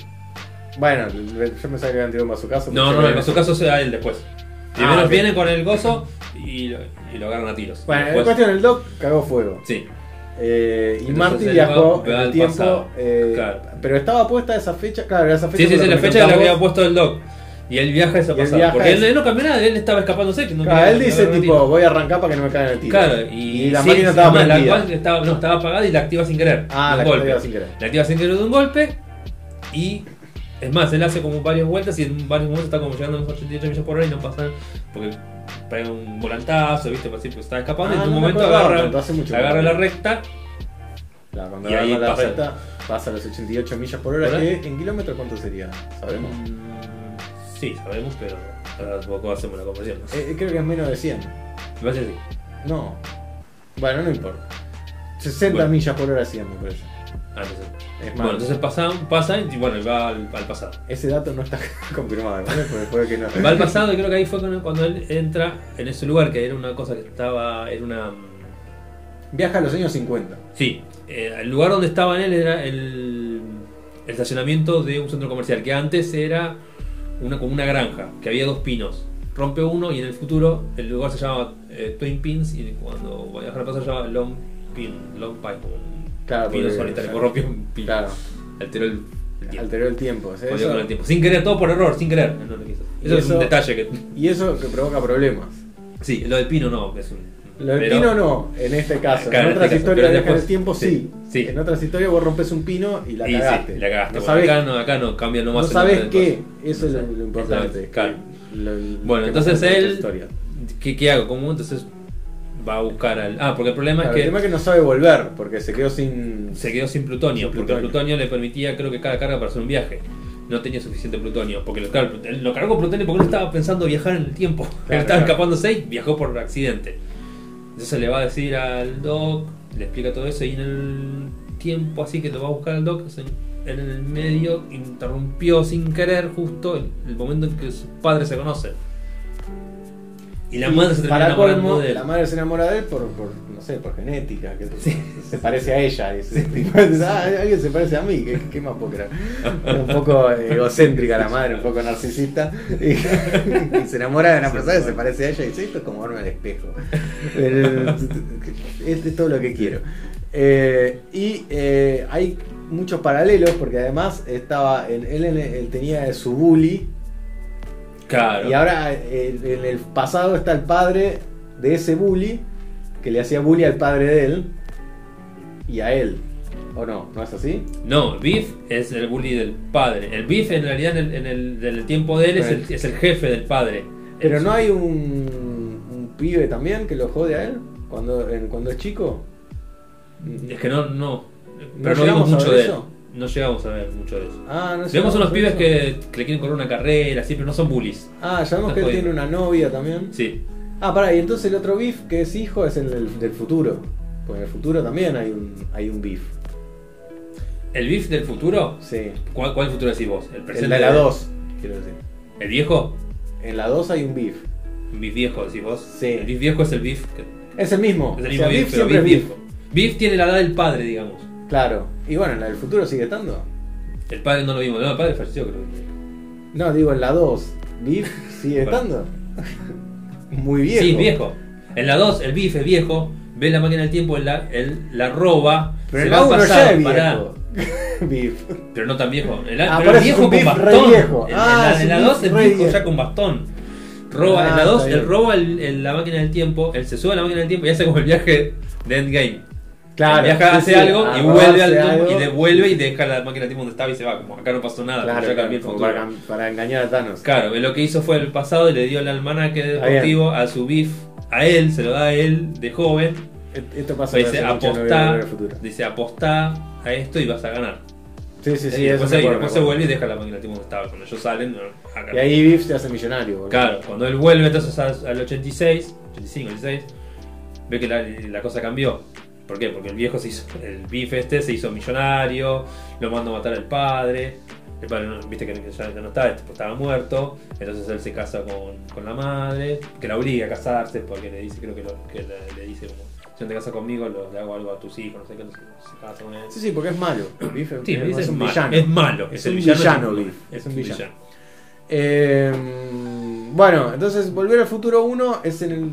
S1: Bueno, le- yo pensaba que habían tirado un bazucazo.
S2: No,
S1: pero
S2: no,
S1: se
S2: en
S1: ve-
S2: su caso sea él después. Primero
S1: Ah, ok.
S2: viene con el gozo y lo, y lo agarran a tiros.
S1: Bueno, en
S2: Después-
S1: cuestión, el Doc cagó fuego.
S2: Sí,
S1: Eh, y
S2: Entonces
S1: Marty
S2: él
S1: viajó
S2: va-
S1: en
S2: va
S1: el
S2: al
S1: tiempo.
S2: pasado.
S1: eh,
S2: Claro.
S1: Pero estaba puesta esa fecha. Claro, era esa fecha.
S2: Sí, sí,
S1: por
S2: sí, la
S1: que
S2: fecha la
S1: contamos.
S2: había puesto el Doc. Y él viaja esa
S1: Y él
S2: pasada.
S1: viaja
S2: porque él,
S1: esa-
S2: él no cambió nada, él estaba escapándose. Que no
S1: Claro,
S2: quería
S1: él
S2: que
S1: dice
S2: lo
S1: tipo, voy a arrancar para que no me caigan el tiro.
S2: Claro, y,
S1: Y la
S2: sí,
S1: máquina
S2: sí,
S1: estaba
S2: no, la
S1: prendida.
S2: cual estaba, no, estaba apagada y la activa sin querer.
S1: Ah,
S2: de
S1: la
S2: un golpe.
S1: activa sin querer.
S2: La activa sin querer de un golpe. Y es más, él hace como varias vueltas y en varios momentos está como llegando a unos 88 millas por hora y no pasa porque pega un volantazo, ¿viste? Porque está escapando y
S1: Ah,
S2: en un
S1: no me
S2: momento
S1: acordaba,
S2: agarra,
S1: pero hace mucho
S2: agarra
S1: tiempo.
S2: la recta.
S1: Claro, cuando
S2: Y ahí
S1: agarra la
S2: pasa.
S1: recta, pasa los 88 millas por hora.
S2: ¿Verdad?
S1: que ¿En kilómetros cuánto sería? ¿Sabemos?
S2: Mm, Sí, sabemos, pero ahora tampoco hacemos la conversión. ¿no?
S1: Eh, creo que es menos de 100.
S2: Me parece que sí.
S1: No. Bueno, no importa. 60
S2: Bueno.
S1: millas por hora 100, me parece.
S2: Ah, no sé.
S1: Es más,
S2: Bueno, entonces pasan, pasan y bueno, y va al, al pasado.
S1: ese dato no está confirmado, ¿vale? Porque puede que no.
S2: Va al pasado y creo que ahí fue cuando, cuando él entra en ese lugar, que era una cosa que estaba, era una...
S1: Viaja a los años 50.
S2: Sí, eh, el lugar donde estaba él era el, el estacionamiento de un centro comercial, que antes era una, como una granja, que había dos pinos. Rompe uno y en el futuro el lugar se llama eh, Twin Pins y cuando voy a dejar pasar se llama Long Pin, Long Pine, como un
S1: Claro,
S2: pino
S1: porque-
S2: solitario, como rompió un pino.
S1: Claro,
S2: Alteró el, el tiempo.
S1: alteró el tiempo. o sea,
S2: Jodió
S1: eso-
S2: con el tiempo. Sin querer, todo por error, sin querer. No, no lo quiso.
S1: Y
S2: Eso, es
S1: eso-
S2: un detalle que.
S1: Y eso que provoca problemas.
S2: Sí, lo del pino no. Es un,
S1: Lo del
S2: pero-
S1: pino no, en este caso.
S2: Claro,
S1: en
S2: en
S1: otras
S2: este caso,
S1: historias
S2: pero
S1: viaja en el
S2: después-
S1: tiempo sí.
S2: sí, sí.
S1: En otras historias vos rompes un pino y la
S2: y sí,
S1: cagaste.
S2: la cagaste.
S1: No
S2: bueno,
S1: sabés,
S2: acá, no, acá no cambia
S1: no
S2: nomás. el
S1: sabés
S2: orden de
S1: qué.
S2: cosas.
S1: Eso es lo, lo
S2: Exacto,
S1: importante.
S2: claro.
S1: Lo- lo-
S2: Bueno,
S1: que
S2: entonces
S1: pasa en esta
S2: él-
S1: historia.
S2: ¿Qué, qué hago? ¿Cómo? Entonces va a buscar al. Ah, porque el problema
S1: Claro,
S2: es
S1: El
S2: que
S1: tema es que no sabe volver porque se quedó sin.
S2: se quedó sin
S1: Sin
S2: plutonio. porque el
S1: plutonio.
S2: plutonio le permitía, creo que cada carga para hacer un viaje. No tenía suficiente plutonio. Porque lo, claro, él lo cargó plutonio porque no estaba pensando viajar en el tiempo.
S1: Claro,
S2: él estaba
S1: claro.
S2: escapándose y viajó por accidente. Entonces le va a decir al doc, le explica todo eso y en el tiempo así que lo va a buscar al doc, se- en el medio interrumpió sin querer justo el, el momento en que sus padres se conocen. Y la madre se termina
S1: Para
S2: enamorando
S1: colmo,
S2: de él.
S1: la madre se enamora de él por, por, no sé, por genética. Que
S2: Sí.
S1: Se parece a ella. dice. Ah, alguien se parece a mí. ¿Qué, qué más puedo creer? Un poco eh, egocéntrica la madre, un poco narcisista. Y, y se enamora de una persona que se parece a ella y dice: Esto es como verme al espejo. Eh, Este es todo lo que quiero. Eh, y eh, hay muchos paralelos porque además estaba en, él, en- él tenía su bully.
S2: Claro.
S1: Y ahora eh, en el pasado está el padre de ese bully que le hacía bully al padre de él y a él. ¿O no? ¿No es así?
S2: No, Biff es el bully del padre. El Biff en realidad en el, en el- en el tiempo de él es el, es el jefe del padre.
S1: Pero
S2: Es-
S1: no hay un, un pibe también que lo jode a él cuando, en- cuando es chico.
S2: Es que no, no.
S1: ¿No
S2: Pero no,
S1: llegamos a
S2: vimos mucho
S1: ver
S2: de él.
S1: eso?
S2: No llegamos a ver mucho de eso.
S1: Ah, no sé.
S2: Vemos
S1: no,
S2: unos
S1: no,
S2: pibes
S1: no.
S2: que, que le quieren correr una carrera, sí, pero no son bullies.
S1: Ah, ya vemos que él
S2: Está
S1: tiene
S2: jodido.
S1: una novia también.
S2: Sí.
S1: Ah, pará, y entonces el otro beef que es hijo es el del, del futuro. Porque en el futuro también hay un, hay un beef.
S2: ¿El Biff del futuro?
S1: Sí.
S2: ¿Cuál, cuál futuro decís vos? ¿El
S1: El
S2: presente?
S1: de la
S2: de-
S1: 2, quiero decir.
S2: ¿El viejo?
S1: En la 2 hay un beef.
S2: Un Biff viejo decís vos.
S1: Sí.
S2: El Biff viejo es el Biff. que- Es
S1: Es el mismo.
S2: el
S1: O
S2: mismo
S1: sea,
S2: Biff,
S1: Biff
S2: pero
S1: siempre
S2: Biff
S1: es Biff.
S2: viejo. Biff tiene la edad del padre, digamos.
S1: Claro. Y bueno, en la del futuro sigue estando.
S2: El padre no lo vimos. No, el padre falleció, creo.
S1: No, digo, en la 2, Biff sigue
S2: Bueno.
S1: estando. Muy viejo.
S2: Sí, viejo. En la 2, el bife viejo, ve la máquina del tiempo, él la, él la roba,
S1: Pero
S2: se
S1: en
S2: va
S1: la
S2: al
S1: 1 ya es
S2: pasado,
S1: viejo.
S2: pará.
S1: Biff.
S2: Pero no tan viejo. El,
S1: Ah,
S2: pero
S1: por eso
S2: el
S1: es
S2: viejo
S1: un
S2: con
S1: beef re
S2: bastón.
S1: viejo.
S2: En,
S1: Ah,
S2: la,
S1: es
S2: en la
S1: un
S2: 2
S1: beef
S2: el
S1: re
S2: viejo ya
S1: viejo.
S2: con bastón. Roba,
S1: Ah,
S2: en la 2
S1: está
S2: él
S1: bien.
S2: roba el- el- la máquina del tiempo, él se sube a la máquina del tiempo y hace como el viaje de Endgame. Él viaja,
S1: sí,
S2: hace
S1: sí,
S2: algo
S1: a
S2: y vuelve
S1: robarse
S2: al tiempo
S1: algo.
S2: y devuelve y deja la máquina del tiempo donde estaba y se va. Como acá no pasó nada,
S1: Claro,
S2: ya cambié el
S1: como
S2: futuro.
S1: para, para engañar a Thanos.
S2: Claro, él lo que hizo fue el pasado y le dio el almanaque
S1: bien.
S2: deportivo a su beef, a él, se lo da a él de joven.
S1: Et- E-, Esto pasa
S2: Le dice
S1: hace mucho, no voy a
S2: apostá,
S1: volver al futuro.
S2: dice apostá a esto y vas a ganar.
S1: Sí, sí, sí.
S2: y
S1: eso
S2: después,
S1: me acuerdo,
S2: ahí-
S1: me
S2: después se
S1: acuerdo.
S2: vuelve y deja la máquina del tiempo donde estaba. Cuando ellos salen, no, acá.
S1: Y ahí Biff se hace millonario, boludo.
S2: Claro, cuando él vuelve entonces al al 86, 85, 86, ve que la, la cosa cambió. ¿Por qué? Porque el viejo se hizo, el bife este se hizo millonario, lo mandó a matar al padre, el padre no- viste que ya, ya no estaba, tipo, estaba muerto, entonces él se casa con, con la madre, que la obliga a casarse porque le dice, creo que, lo- que le, le dice como, si no te casas conmigo, lo- le hago algo a tus hijos, no sé qué, entonces se casa con él.
S1: Sí, sí, porque es malo. Biff es,
S2: Sí, me dice
S1: es un
S2: malo,
S1: villano.
S2: Es malo,
S1: Es
S2: el
S1: un
S2: villano,
S1: villano,
S2: es un-
S1: Biff.
S2: es un villano.
S1: Eh, bueno, entonces Volver al Futuro 1 es en el-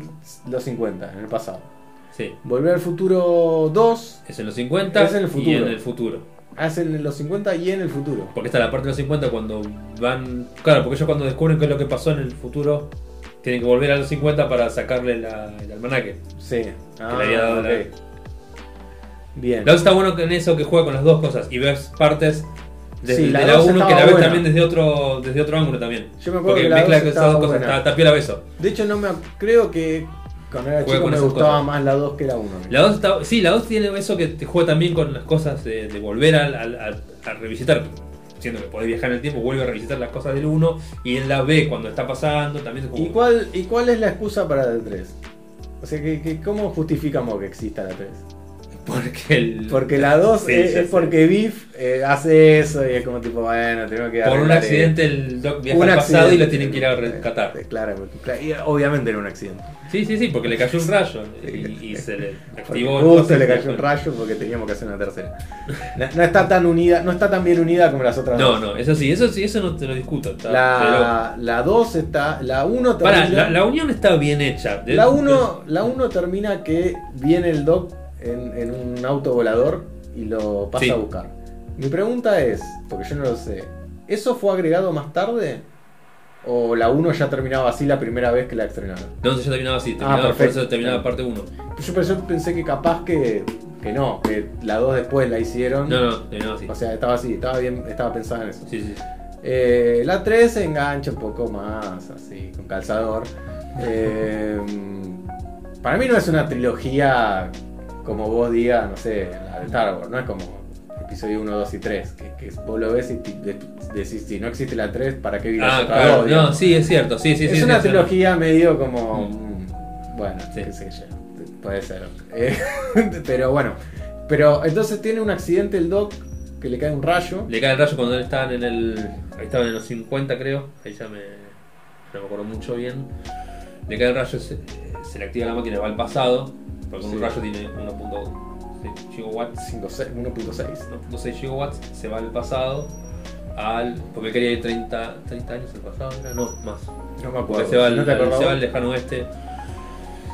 S1: los 50, en el pasado.
S2: Sí,
S1: Volver al Futuro 2
S2: es en los 50
S1: Es en el
S2: y en
S1: futuro.
S2: el futuro.
S1: hacen en los 50 y en el futuro.
S2: Porque está la parte de los 50 cuando van. Claro, porque ellos cuando descubren qué es lo que pasó en el futuro, tienen que volver a los 50 para sacarle la- el almanaque.
S1: Sí. Ah,
S2: había dado la-
S1: ok. Bien.
S2: La otra está bueno que en eso que juega con las dos cosas y ves partes desde
S1: Sí, la
S2: de la
S1: dos
S2: 1 que la
S1: estaba
S2: ves
S1: buena.
S2: también desde otro, desde otro ángulo también.
S1: Yo me acuerdo
S2: Porque
S1: que la
S2: mezcla
S1: 2
S2: esas dos
S1: estaba
S2: cosas,
S1: buena.
S2: está, está piola beso.
S1: De hecho, no me ac- creo que cuando era
S2: Juega
S1: chico
S2: con
S1: me
S2: esas
S1: gustaba
S2: cosas.
S1: más la 2 que la 1.
S2: La 2 está. Sí, la 2 tiene eso que te juega también con las cosas de, de volver al- al- al- a, revisitar. Siendo que podés viajar en el tiempo, vuelve a revisitar las cosas del 1 y en la B cuando está pasando también te
S1: ¿Y cuál, ¿Y cuál es la excusa para la 3? O sea, que, que- ¿cómo justificamos que exista la 3?
S2: Porque el.
S1: Porque la 2
S2: Sí,
S1: es,
S2: ya
S1: es
S2: sé.
S1: porque Biff eh, hace eso y es como tipo, bueno, tenemos que
S2: Por un
S1: arreglar
S2: accidente el Doc
S1: esto.
S2: viaja
S1: Un
S2: al pasado
S1: accidente.
S2: y lo tienen que ir a rescatar.
S1: Eh, Claro, claro, y obviamente era un accidente.
S2: Sí, sí, sí, porque le cayó un rayo eh, y, y se le
S1: Porque
S2: activó.
S1: justo
S2: entonces,
S1: le cayó un rayo porque teníamos que hacer una tercera. No, no está tan unida, no está tan bien unida como las otras
S2: No,
S1: dos.
S2: no, eso sí, eso sí, eso no te lo discuto. está-
S1: La, la 2 está, la 1
S2: pero- Pará,
S1: termina.
S2: la, la unión está bien hecha. De-
S1: La 1 la uno termina que viene el Doc en, en un auto volador y lo pasa
S2: Sí.
S1: a buscar. Mi pregunta es, porque yo no lo sé, ¿eso fue agregado más tarde? ¿O la 1 ya terminaba así la primera vez que la estrenaron?
S2: No, ya terminaba así, terminaba, por
S1: Ah, perfecto.
S2: eso terminaba parte 1.
S1: Yo pensé, pensé que capaz que, que no, que la 2 después la hicieron.
S2: No, no, terminaba así.
S1: O sea, estaba así, estaba bien, estaba pensada en eso.
S2: Sí, sí.
S1: Eh, la 3 se engancha un poco más, así, con calzador. Eh, para mí no es una trilogía como vos digas, no sé, la de Star Wars, no es como episodio 1, 2 y 3, que, que vos lo ves y te- de- decís, si no existe la 3, ¿para qué vivas
S2: Ah,
S1: otra
S2: claro,
S1: dos,
S2: no,
S1: digamos?
S2: sí, es cierto, sí, sí, sí.
S1: es
S2: sí,
S1: una
S2: sí,
S1: trilogía medio como... mm, Bueno,
S2: Sí.
S1: qué sé yo, puede ser. Eh, pero bueno, pero entonces tiene un accidente el Doc que le cae un rayo.
S2: Le cae el rayo cuando estaban en el. Ahí estaban en los 50, creo. Ahí ya me. No me acuerdo mucho bien. Le cae el rayo, se, se le activa la máquina, va al pasado. Porque con un
S1: Sí.
S2: rayo tiene 1.6 gigawatts.
S1: 5, 6, 1.6.
S2: 1.6 gigawatts. Se va al pasado. Al. Porque quería ir 30, 30 años al pasado, era, No, más.
S1: No me
S2: Porque
S1: acuerdo.
S2: se va al,
S1: ¿No te acordabas?
S2: se va al lejano oeste.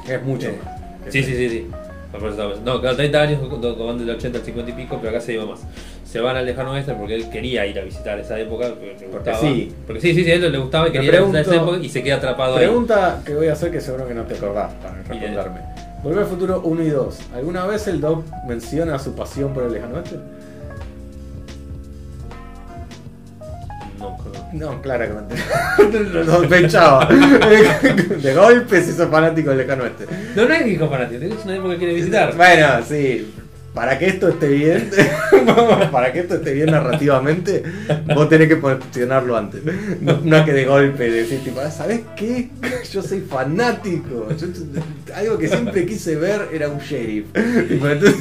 S1: Es mucho
S2: Sí.
S1: más. que
S2: Sí,
S1: te-
S2: sí, sí, sí. Por eso estaba pensando. No, claro, 30 años, cuando cuando van del 80 al 50 y pico, pero acá se iba más. Se van al lejano oeste porque él quería ir a visitar esa época, porque le gustaba.
S1: sí.
S2: Porque sí, sí, sí, a él le gustaba y
S1: Me
S2: quería ir a visitar esa
S1: pregunto-
S2: época y se queda atrapado
S1: Pregunta que voy a hacer que seguro que no te acordás para
S2: Bien.
S1: responderme. Volver al futuro 1 y 2. ¿Alguna vez el Doc menciona su pasión por el lejano oeste?
S2: ahí. No, creo.
S1: No, claramente. Lo sospechaba. De golpe se hizo fanático del lejano oeste.
S2: No, no es hijo fanático, es una época que quiere visitar.
S1: Bueno, sí. Para que esto esté bien, para que esto esté bien narrativamente, vos tenés que posicionarlo antes. No, no es que de golpe decís, tipo, "Ah, ¿sabés qué? Yo soy fanático. Yo- yo- algo que siempre quise ver era un sheriff. Tipo, entonces,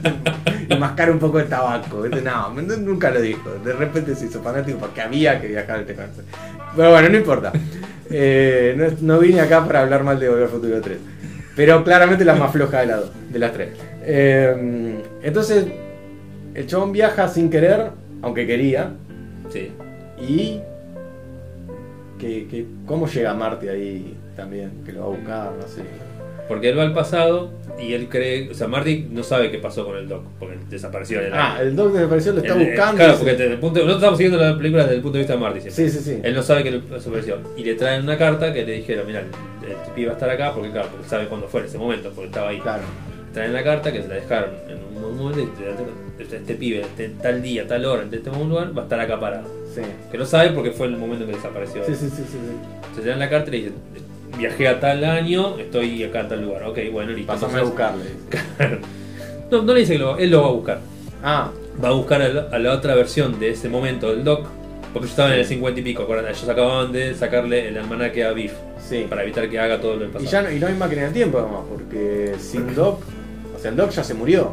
S1: Y mascar un poco de tabaco. ¿viste? No, no, nunca lo dijo. De repente se hizo fanático porque había que viajar al Texas. Pero bueno, no importa. Eh, no, no vine acá para hablar mal de Volver al Futuro 3. Pero claramente la más floja de, la do- de las tres. Eh, entonces, el chabón viaja sin querer, aunque quería,
S2: Sí.
S1: y que, que- cómo llega Marte ahí también, que lo va a buscar, no sé.
S2: Porque él va al pasado y él cree. O sea, Marty no sabe qué pasó con el Doc, porque él desapareció en el
S1: Ah,
S2: aire.
S1: el Doc desapareció lo está
S2: El- el-
S1: buscando.
S2: Claro, porque desde el punto, nosotros estamos siguiendo la película desde el punto de vista de Marty siempre.
S1: Sí, sí, sí.
S2: Él no sabe que él desapareció. Y le traen una carta que le dijeron: Mira, el, el pibe va a estar acá porque, claro, porque sabe cuándo fue en ese momento, porque estaba ahí.
S1: Claro.
S2: traen la carta que se la dejaron en un momento y te dan- este, este pibe, este- tal día, tal hora, en este lugar, va a estar acá parado.
S1: Sí.
S2: Que no sabe porque fue el momento en que desapareció.
S1: Sí, sí, sí, sí, sí.
S2: Se le dan la carta y le dicen, viajé a tal año, estoy acá a tal lugar. Ok, bueno, listo.
S1: Pasame a
S2: Entonces,
S1: buscarle.
S2: no, no le dice que lo, él lo va a buscar.
S1: Ah,
S2: Va a buscar a la, a la otra versión de ese momento del Doc. Porque ellos estaban en el
S1: Sí.
S2: 50 y pico, acuérdate, ellos acababan de sacarle el almanaque a Biff
S1: sí.
S2: para evitar que haga todo lo del
S1: Y,
S2: pasado.
S1: ya no, y no hay máquina del tiempo además, porque sin Doc, o sea, el Doc ya se murió.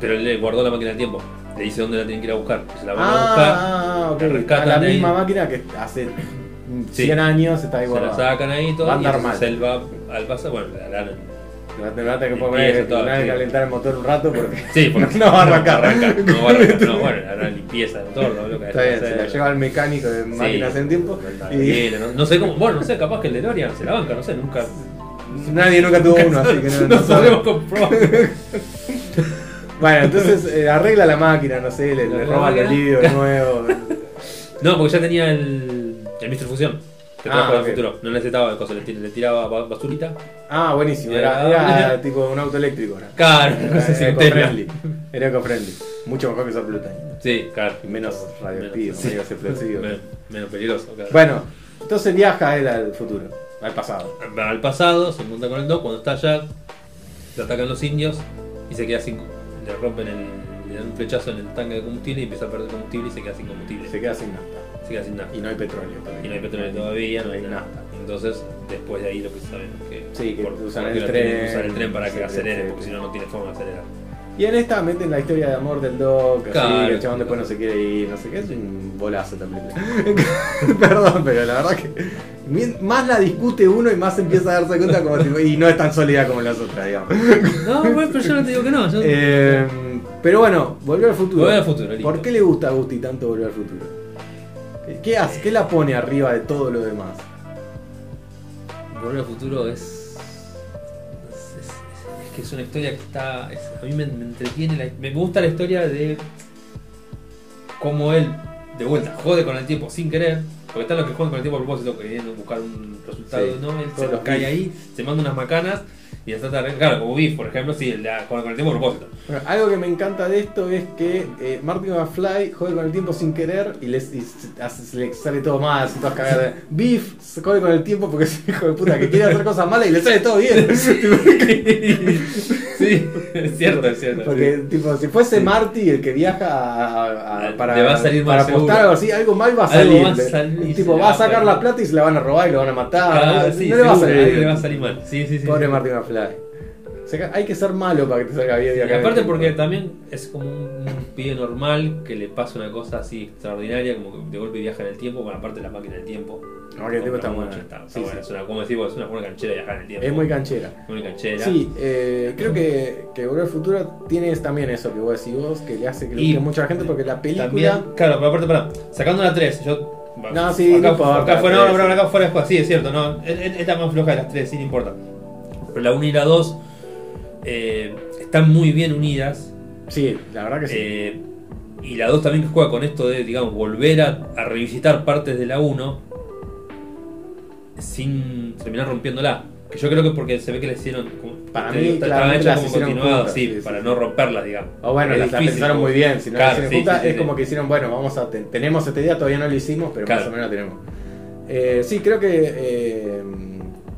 S2: Pero él le guardó la máquina del tiempo. Le dice dónde la tienen que ir a buscar. Se la van a buscar.
S1: Ah, ah, ok.
S2: la
S1: A
S2: rescatan
S1: la
S2: ahí.
S1: misma máquina que hace 100
S2: Sí.
S1: años está ahí
S2: Se la
S1: guardada.
S2: sacan ahí y todo.
S1: Va a
S2: y
S1: andar
S2: entonces
S1: mal.
S2: él va al pasado. Bueno, le dan.
S1: La verdad que
S2: Y
S1: puedo poner
S2: empieza
S1: que
S2: todo,
S1: tenés que
S2: sí.
S1: calentar el motor un rato porque
S2: Sí, porque
S1: no va a arrancar.
S2: No va a arrancar. No, bueno, le harán limpieza del motor, no lo que
S1: Está bien, se la lleva al mecánico de máquinas en tiempo y
S2: no, no sé cómo. Bueno, no sé, capaz que el DeLorean se la banca, no sé, nunca.
S1: nadie nunca tuvo uno, así que no,
S2: no
S1: no sabe.
S2: sabemos comprobar.
S1: Bueno, entonces eh, arregla la máquina, no sé, le,
S2: La
S1: le roba el
S2: máquina.
S1: alivio nuevo.
S2: No, porque ya tenía el. El Mr. Fusión. Que
S1: Ah,
S2: trajo del
S1: ok.
S2: futuro. No necesitaba cosas, le, tir- le tiraba ba- basurita.
S1: Ah, buenísimo, era, era tipo un auto eléctrico. Era,
S2: Claro, una cosa
S1: era
S2: sin
S1: eco-friendly, era eco-friendly, mucho mejor que usar Plutón.
S2: Sí, claro.
S1: Y menos radioactivo,
S2: sí.
S1: menos explosivo.
S2: Menos, menos peligroso, claro.
S1: Bueno, entonces viaja él al futuro, al pasado.
S2: va al pasado, se monta con el Doc, cuando está allá, lo atacan los indios y se queda sin. Le rompen el. le dan un flechazo en el tanque de combustible y empieza a perder combustible y se queda sin combustible.
S1: Se queda sin nafta.
S2: Se queda sin nafta.
S1: Y no hay petróleo todavía.
S2: Y no hay petróleo todavía, no hay nada.
S1: nafta.
S2: Entonces, después de ahí lo que sabemos que.
S1: Sí, que usan
S2: por
S1: el
S2: qué la tienen que
S1: tren,
S2: usar el tren para que
S1: etcétera,
S2: acelere, porque si
S1: etcétera.
S2: no, no tiene forma de acelerar.
S1: Y en esta meten la historia de amor del Doc, así,
S2: Claro.
S1: que el chabón después no se quiere ir, no sé qué, es un bolazo también. Perdón, pero la verdad que mien- más la discute uno y más empieza a darse cuenta como tipo, y no es tan sólida como las otras, digamos.
S2: No, bueno, pero yo no te digo que no. Yo...
S1: Eh, pero bueno, volver al futuro.
S2: Volver al futuro, listo.
S1: ¿Por qué le gusta a Gusti tanto volver al futuro? ¿Qué, hace, ¿Qué la pone arriba de todo lo demás?
S2: Volver al futuro es. Es, es- es que es una historia que está. es- a mí me, me entretiene. la- me gusta la historia de. Cómo él, de vuelta, jode con el tiempo sin querer. Porque están los que juegan con el tiempo a propósito, queriendo buscar un resultado.
S1: Sí,
S2: ¿no? Él
S1: todos
S2: se
S1: los
S2: cae
S1: Biff.
S2: ahí, se manda unas macanas y las trata de arreglar. Claro, como Biff, por ejemplo, sí, él la- juega con el tiempo a propósito.
S1: Bueno, algo que me encanta de esto es que eh, Martin McFly juega con el tiempo sin querer y, les, y se- hace- se le sale todo mal, hace todas cagadas. Beef se juega con el tiempo porque es un hijo de puta que quiere hacer cosas malas y le sale todo bien.
S2: sí, es cierto, es cierto.
S1: Porque,
S2: sí.
S1: tipo, si fuese Marty el que viaja a- a- a- para,
S2: Le va a salir
S1: para
S2: más
S1: apostar
S2: seguro.
S1: algo así, algo mal va a
S2: Algo
S1: salir.
S2: va a salir y
S1: El tipo
S2: se
S1: va a
S2: la va a
S1: sacar
S2: perder.
S1: la plata y se la van a robar y lo van a matar.
S2: Ah,
S1: no
S2: sí,
S1: le va a
S2: seguro,
S1: salir.
S2: le va a salir mal. Sí, sí, sí.
S1: Pobre
S2: sí.
S1: Marty McFly. Se ca- hay que ser malo para que te salga bien.
S2: Y
S1: viajar en el
S2: aparte
S1: tiempo.
S2: porque también es como un, un pibe normal que le pasa una cosa así extraordinaria, como que de golpe viaja en el tiempo, bueno, aparte la máquina del tiempo.
S1: La máquina del tiempo está
S2: Compra
S1: buena.
S2: mucho, está- está
S1: Sí,
S2: buena,
S1: sí.
S2: Es una, como decís vos, es una buena canchera viajar en el tiempo.
S1: Es muy canchera.
S2: Muy canchera.
S1: Sí, eh, creo que, que Volver al Futuro tiene también eso que vos decís vos, que le hace que lo
S2: Y
S1: guste a mucha gente porque la película...
S2: También, claro, pero aparte, pará, sacando la 3, yo...
S1: No, sí,
S2: acá,
S1: no importa,
S2: acá fue,
S1: la
S2: no, no,
S1: tres,
S2: pero
S1: sí.
S2: acá fuera después, sí, es cierto, no, es, es- es la más floja de las 3, sí, no importa. Pero la 1 y la 2 eh, están muy bien unidas.
S1: Sí, la verdad que sí.
S2: Eh, y la 2 también que juega con esto de, digamos, volver a, a revisitar partes de la 1 sin terminar rompiéndola. Que yo creo que porque se ve que la hicieron. como-
S1: Para
S2: te
S1: mí,
S2: digo, está- estaba
S1: claramente
S2: hecha
S1: las
S2: como
S1: hicieron
S2: continuada,
S1: juntas,
S2: sí,
S1: sí, sí,
S2: para
S1: sí.
S2: no romperlas, digamos.
S1: o bueno,
S2: es
S1: la
S2: difícil,
S1: pensaron
S2: como-
S1: muy bien, si no
S2: Claro,
S1: la hicieron
S2: sí,
S1: juntas,
S2: sí, sí,
S1: es
S2: sí.
S1: como que hicieron, bueno, vamos a ten- tenemos este día, todavía no lo hicimos, pero más
S2: Claro.
S1: o menos lo tenemos. Eh, sí, creo que eh,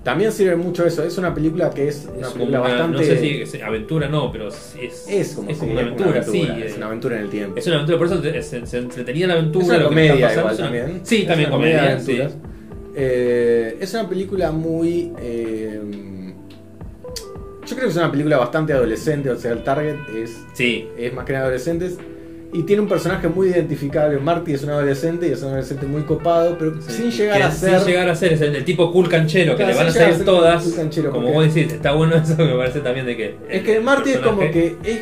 S1: también sirve mucho eso. Es una película que es una
S2: Es como
S1: película
S2: una-
S1: bastante...
S2: No sé si es aventura, no, pero es, es,
S1: es como, si-
S2: una
S1: es
S2: aventura, sí. eh,
S1: Es una aventura en el tiempo.
S2: Es una aventura, por eso te- se, se entretenía la aventura.
S1: Es una
S2: lo que
S1: comedia
S2: está pasando,
S1: igual
S2: es una-
S1: también.
S2: Sí,
S1: Es
S2: también
S1: una comedia de
S2: comedia. sí.
S1: aventuras. Eh, es una película muy... eh, yo creo que es una película bastante adolescente, o sea, el target es,
S2: Sí,
S1: es más que nada adolescentes. Y tiene un personaje muy identificable. Marty es un adolescente y es un adolescente muy copado, pero
S2: Sí,
S1: sin
S2: que-
S1: llegar a
S2: sin
S1: ser...
S2: llegar a ser, es el, el tipo cool canchero, que
S1: Claro,
S2: le van a
S1: sin llegar a
S2: salir
S1: ser
S2: todas.
S1: cool canchero,
S2: como
S1: porque-
S2: vos decís, está bueno eso que me parece también de que.
S1: es
S2: el-
S1: que
S2: el
S1: Marty es como
S2: personaje-
S1: que es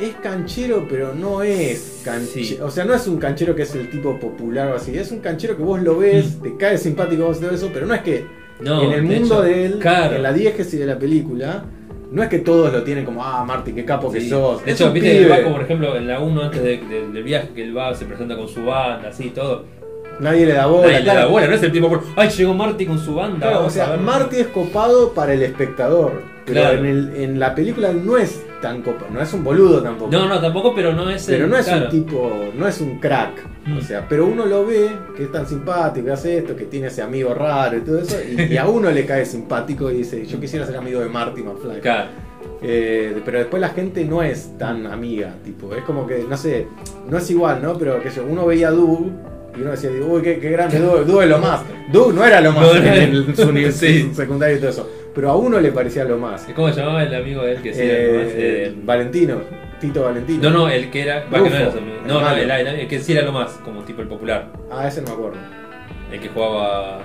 S1: es canchero, pero no es canchero.
S2: Sí.
S1: O sea, no es un canchero que es el tipo popular o así. Es un canchero que vos lo ves, te cae simpático vos todo eso, pero no es que
S2: Mm. No,
S1: en el
S2: de
S1: mundo
S2: hecho,
S1: de él,
S2: claro.
S1: en la diégesis de la película, no es que todos lo tienen como, ah, Marty, qué capo que
S2: Sí.
S1: sos.
S2: De
S1: Es
S2: hecho,
S1: un
S2: viste que
S1: pibe.
S2: Baco, por ejemplo, en la 1 antes de- de- del viaje que él va, se presenta con su banda, así todo.
S1: Nadie le da bola.
S2: Nadie le da
S1: claro.
S2: bola, no es el tipo, ay, llegó Marty con su banda.
S1: Claro, o
S2: vamos a
S1: sea,
S2: ver".
S1: Marty es copado para el espectador. Pero
S2: Claro.
S1: en, el- en la película no es tan copado, no es un boludo tampoco.
S2: No, no, tampoco, pero no es el-
S1: Pero no es
S2: claro.
S1: un tipo, no es un crack.
S2: Mm.
S1: O sea, pero uno lo ve, que es tan simpático, que hace esto, que tiene ese amigo raro y todo eso, y, y a uno le cae simpático y dice, yo quisiera ser amigo de Marty McFly.
S2: Claro.
S1: Eh, pero después la gente no es tan amiga, tipo, es como que, no sé, no es igual, ¿no? Pero que yo, uno veía a Doug y uno decía, uy, qué, qué grande Doug, Doug es lo más. Doug no era lo más
S2: No,
S1: en,
S2: no.
S1: el- su nivel
S2: Sí.
S1: secundario y todo eso, pero a uno le parecía lo más.
S2: ¿Cómo se llamaba el amigo de él que sí era
S1: Eh,
S2: el más, eh,
S1: Valentino, Tito Valentino.
S2: No, no, el que era. va, que no, era
S1: Rufo,
S2: su amigo.
S1: el
S2: no, no,
S1: malo.
S2: el, el- el que sí era lo más, como tipo el popular.
S1: Ah, ese no me acuerdo.
S2: El que jugaba.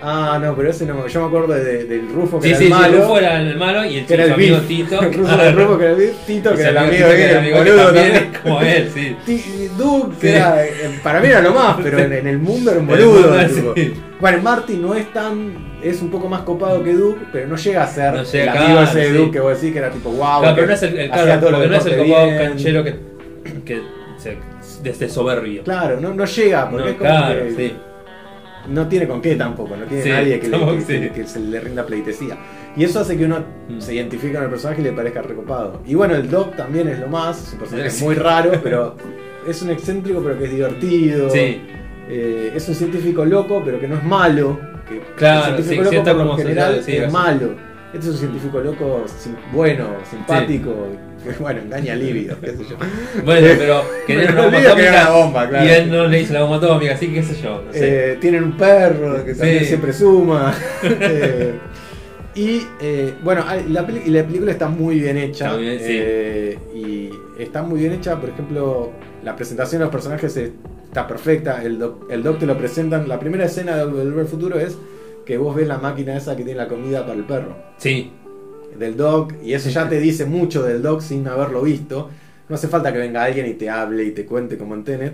S1: Ah, no, pero ese no me Yo me acuerdo de- del Rufo que
S2: Sí,
S1: era
S2: sí,
S1: el
S2: sí,
S1: malo.
S2: Rufo era el malo y el
S1: que era
S2: chico
S1: el
S2: amigo
S1: Biff.
S2: Tito.
S1: El Rufo, el Rufo que era el Biff, Tito que era
S2: Ese
S1: el
S2: amigo
S1: amigo
S2: Tito
S1: que
S2: que
S1: era
S2: amigo que
S1: boludo
S2: también
S1: también.
S2: es como él, sí.
S1: Ti- Duke, que
S2: Sí.
S1: era, eh, para mí era lo más, pero en, en el mundo era un boludo.
S2: Era el
S1: tipo.
S2: malo, sí.
S1: Bueno, Marty no es tan. Es un poco más copado que Duke, pero no llega a ser
S2: No llega
S1: el amigo
S2: acá,
S1: ese de
S2: sí.
S1: Duke que vos decís que era tipo wow.
S2: Claro, pero no es el, el-
S1: Ah, hacía
S2: claro,
S1: todo lo
S2: porque
S1: que
S2: no es el
S1: corte
S2: copado
S1: bien.
S2: canchero que. que se, desde soberbio.
S1: Claro, no, no llega, porque
S2: No,
S1: es como
S2: claro,
S1: que
S2: sí.
S1: no tiene con qué tampoco, no tiene
S2: Sí,
S1: nadie que, le-
S2: tampoco,
S1: que-
S2: sí.
S1: que se le rinda pleitesía. Y eso hace que uno
S2: Mm.
S1: se identifique con el personaje y le parezca recopado. Y bueno, el Doc también es lo más, es un personaje
S2: Sí.
S1: muy raro, pero es un excéntrico pero que es divertido.
S2: Sí,
S1: Eh, es un científico loco, pero que no es malo. Que
S2: Claro,
S1: el
S2: sí,
S1: científico
S2: cierta
S1: loco por lo
S2: promoción,
S1: general
S2: sí,
S1: es
S2: sí.
S1: malo. Este es un científico loco sim- bueno, simpático, que bueno, engaña libido, qué sé yo.
S2: bueno, pero que
S1: Pero
S2: era una bomba
S1: Líbido que era una
S2: atómica.
S1: bomba, claro.
S2: Y él no le hizo la bomba atómica, así que qué sé yo, no sé.
S1: Eh, tienen un perro que
S2: Sí.
S1: también siempre suma. Eh, y eh, bueno, hay- la, peli- y la película está muy bien hecha.
S2: Está muy bien, sí.
S1: eh, y está muy bien hecha, por ejemplo, la presentación de los personajes es- está perfecta. El doc, el doc te lo presentan. La primera escena de Volver al Futuro es que vos ves la máquina esa que tiene la comida para el perro
S2: sí,
S1: del doc, y eso ya te dice mucho del doc sin haberlo visto. No hace falta que venga alguien y te hable y te cuente como en Tenet.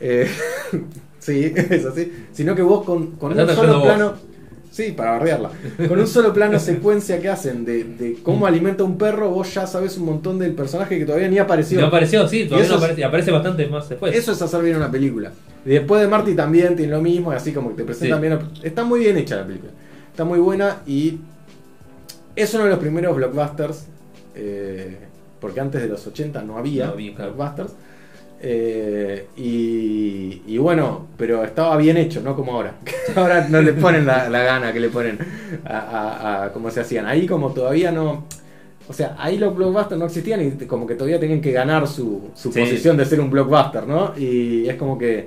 S1: Eh, sí, es así. Sino que vos con, con
S2: La
S1: un
S2: estás
S1: solo
S2: haciendo
S1: plano. Sí, para bardearla. Con un solo plano secuencia que hacen de, de cómo alimenta un perro, vos ya sabes un montón del personaje que todavía ni apareció.
S2: no apareció, sí, todavía
S1: eso
S2: no
S1: es-
S2: aparece, aparece bastante más después.
S1: Eso es hacer bien una película. Y después de Marty también tiene lo mismo, y así como que te presentan
S2: Sí.
S1: bien. Está muy bien hecha la película. Está muy buena y es uno de los primeros blockbusters. eh, porque antes de los 80 no había,
S2: No había, claro.
S1: blockbusters. Eh, y, y bueno, pero estaba bien hecho, no como ahora. Que ahora no le ponen la, la gana que le ponen a, a- a como se hacían. Ahí como todavía no... O sea, ahí los blockbusters no existían y como que todavía tenían que ganar su, su
S2: Sí.
S1: posición de ser un blockbuster, ¿no? Y es como que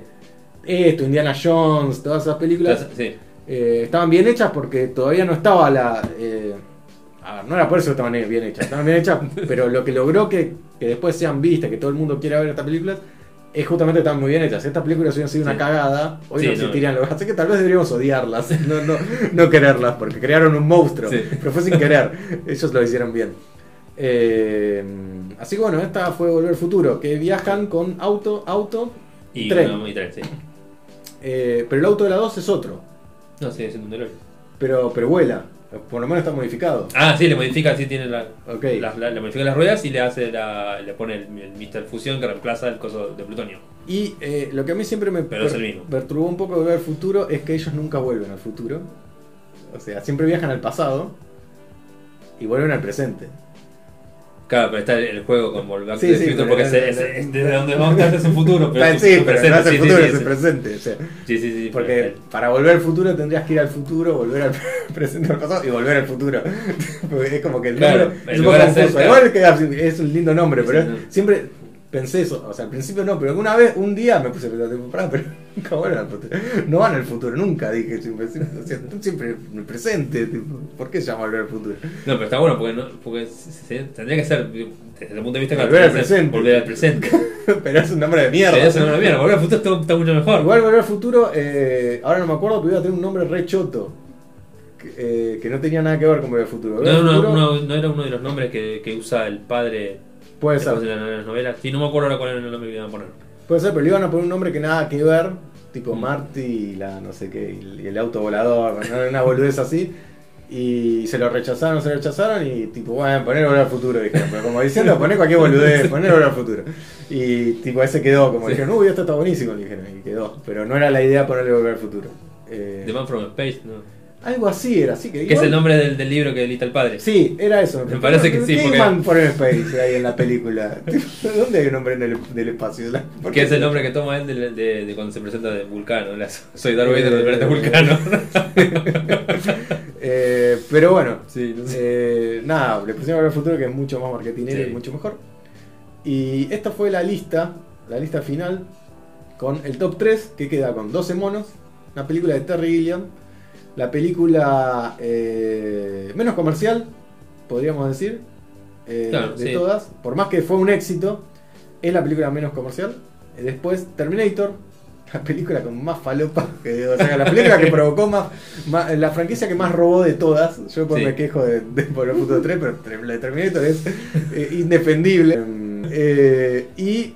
S1: esto, Indiana Jones, todas esas películas
S2: Entonces, sí.
S1: eh, estaban bien hechas porque todavía no estaba la... eh, a ver, no era por eso que estaban bien hechas, estaban bien hechas, pero lo que logró que, que después sean vistas, que todo el mundo quiera ver estas películas, es justamente que estaban muy bien hechas. Si estas películas hubieran sido una
S2: Sí.
S1: cagada, hoy
S2: Sí,
S1: no
S2: no.
S1: existirían. los- Así que tal vez deberíamos odiarlas, no, no, no quererlas, porque crearon un monstruo,
S2: Sí.
S1: pero fue sin querer, ellos lo hicieron bien. Eh, así que bueno, esta fue Volver al Futuro, que viajan con auto, auto,
S2: Y
S1: Tren.
S2: una- y tren, sí.
S1: eh, pero el auto de la 2 es otro,
S2: No, sigue siendo un DeLorean.
S1: pero, pero vuela, por lo menos está modificado.
S2: Ah, sí, le modifica, sí tiene la,
S1: Ok.
S2: la- la- le modifica las ruedas y le hace la, le pone el, el Mr. Fusión que reemplaza el coso de plutonio.
S1: Y eh, lo que a mí siempre me
S2: Pero es el mismo.
S1: perturbó un poco de ver el futuro es que ellos nunca vuelven al futuro. O sea, siempre viajan al pasado y vuelven al presente.
S2: Claro, pero está el, el juego con Volver
S1: Sí,
S2: to the
S1: sí,
S2: Future
S1: pero-
S2: porque es, es- es- desde donde vamos a estar es un futuro, pero
S1: Ah,
S2: es un
S1: sí, pero no es el
S2: sí, sí,
S1: futuro,
S2: sí,
S1: es el
S2: sí.
S1: presente. o sea,
S2: Sí, sí, sí, pero
S1: porque
S2: está-
S1: para volver al futuro tendrías que ir al futuro, volver al presente, al pasado y volver al futuro. Porque es como que el
S2: Claro,
S1: nombre
S2: el
S1: es un poco
S2: lugar a ser,
S1: confuso.
S2: claro.
S1: Igual que es un lindo nombre,
S2: Sí,
S1: pero
S2: sí, no.
S1: siempre pensé eso. O sea, al principio no, pero alguna vez, un día me puse a pensar, tipo, pará, pero nunca vuelven al futuro. No van al futuro, nunca, dije. Siempre, o sea, siempre en el presente, tipo, ¿por qué se llama volver al futuro?
S2: No, pero está bueno porque, no, porque se- se- tendría que ser, desde el punto de vista que
S1: Volver al
S2: tendría que ser
S1: presente.
S2: Volver al presente.
S1: pero es un nombre de
S2: Sería
S1: mierda.
S2: eso, no, mira, volver al futuro está, está mucho mejor.
S1: Igual Volver al Futuro, eh, ahora no me acuerdo, pero iba a tener un nombre re choto. Que, eh, que no tenía nada que ver con Volver al Futuro. Volver
S2: No,
S1: al
S2: no,
S1: Futuro-
S2: no, no era uno de los nombres que, que usa el padre
S1: Puede
S2: después
S1: ser.
S2: de la- las novelas. Sí, no me acuerdo ahora cuál era el nombre que iban a poner.
S1: Puede ser, pero le iban a poner un nombre que nada que ver, tipo
S2: Mm.
S1: Marty y la no sé qué, y el, y el auto volador, ¿no? una boludez así. Y se lo rechazaron, se lo rechazaron y tipo, bueno, poner hora al futuro, dijeron. Pero como diciendo, poner cualquier boludez, poner hora al futuro. Y tipo, ese quedó, como
S2: Sí.
S1: dijeron, uy, esto está buenísimo, le dijeron, y quedó. Pero no era la idea ponerle volver al futuro. Eh,
S2: The Man from Space, ¿no?
S1: algo así era, así que.
S2: Que es
S1: igual-
S2: el nombre del, del libro que edita el padre.
S1: Sí, era eso.
S2: Me parece que sí,
S1: ¿Qué
S2: porque-
S1: Man for Space ahí en la película? ¿Dónde hay un hombre del, del espacio? ¿Por
S2: Que
S1: qué?
S2: es el nombre que toma él de, de- de cuando se presenta de Vulcano. la- soy Darth
S1: Eh,
S2: Vader del planeta Vulcano.
S1: Eh, pero bueno,
S2: sí, no
S1: eh, nada, le pusimos al futuro que es mucho más marketinero
S2: Sí.
S1: y mucho mejor. Y esta fue la lista, la lista final, con el top 3, que queda con 12 monos, una película de Terry Gilliam, la película eh, menos comercial, podríamos decir, eh,
S2: Claro,
S1: de
S2: sí.
S1: todas, por más que fue un éxito, es la película menos comercial. Eh, Después Terminator, la película con más falopa, que, o sea, la película que provocó más, más- la franquicia que más robó de todas. Yo pues,
S2: Sí.
S1: me quejo de, de Volver al Futuro 3, pero la de Terminator es eh, indefendible. Em, eh, y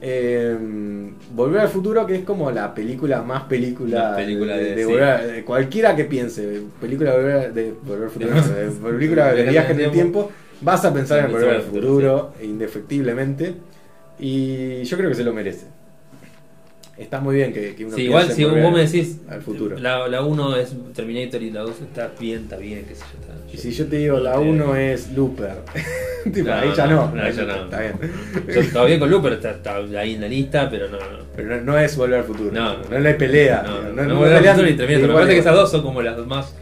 S1: em, Volver al Futuro, que es como la película más película,
S2: La película de- sí.
S1: Volver a- de cualquiera que piense, película de Volver, a- de Volver al Futuro, no, de película de
S2: Volver al
S1: viaje en el
S2: tiempo.
S1: tiempo, vas a pensar en
S2: Pensar
S1: Volver al
S2: en el futuro,
S1: Futuro, indefectiblemente. Y yo creo que se lo merece. Está muy bien que, que uno piense
S2: Sí, igual
S1: en
S2: si vos
S1: volver
S2: me decís
S1: al futuro.
S2: La, la 1 es Terminator y la 2 está bien, está bien, qué sé yo. Está,
S1: Y si yo te digo la
S2: Eh,
S1: 1 es Looper, tipo,
S2: No,
S1: ahí ya
S2: no,
S1: no,
S2: no,
S1: ahí
S2: ya no.
S1: está bien.
S2: yo todavía con Looper está, está ahí en la lista, pero no, no.
S1: Pero no, no es volver al futuro,
S2: No,
S1: no,
S2: no.
S1: no, le pelea,
S2: No,
S1: digamos, no-
S2: no, no,
S1: no
S2: Volver al
S1: pelean
S2: Futuro y
S1: igual,
S2: Terminator. Me parece que
S1: igual.
S2: esas dos son como las más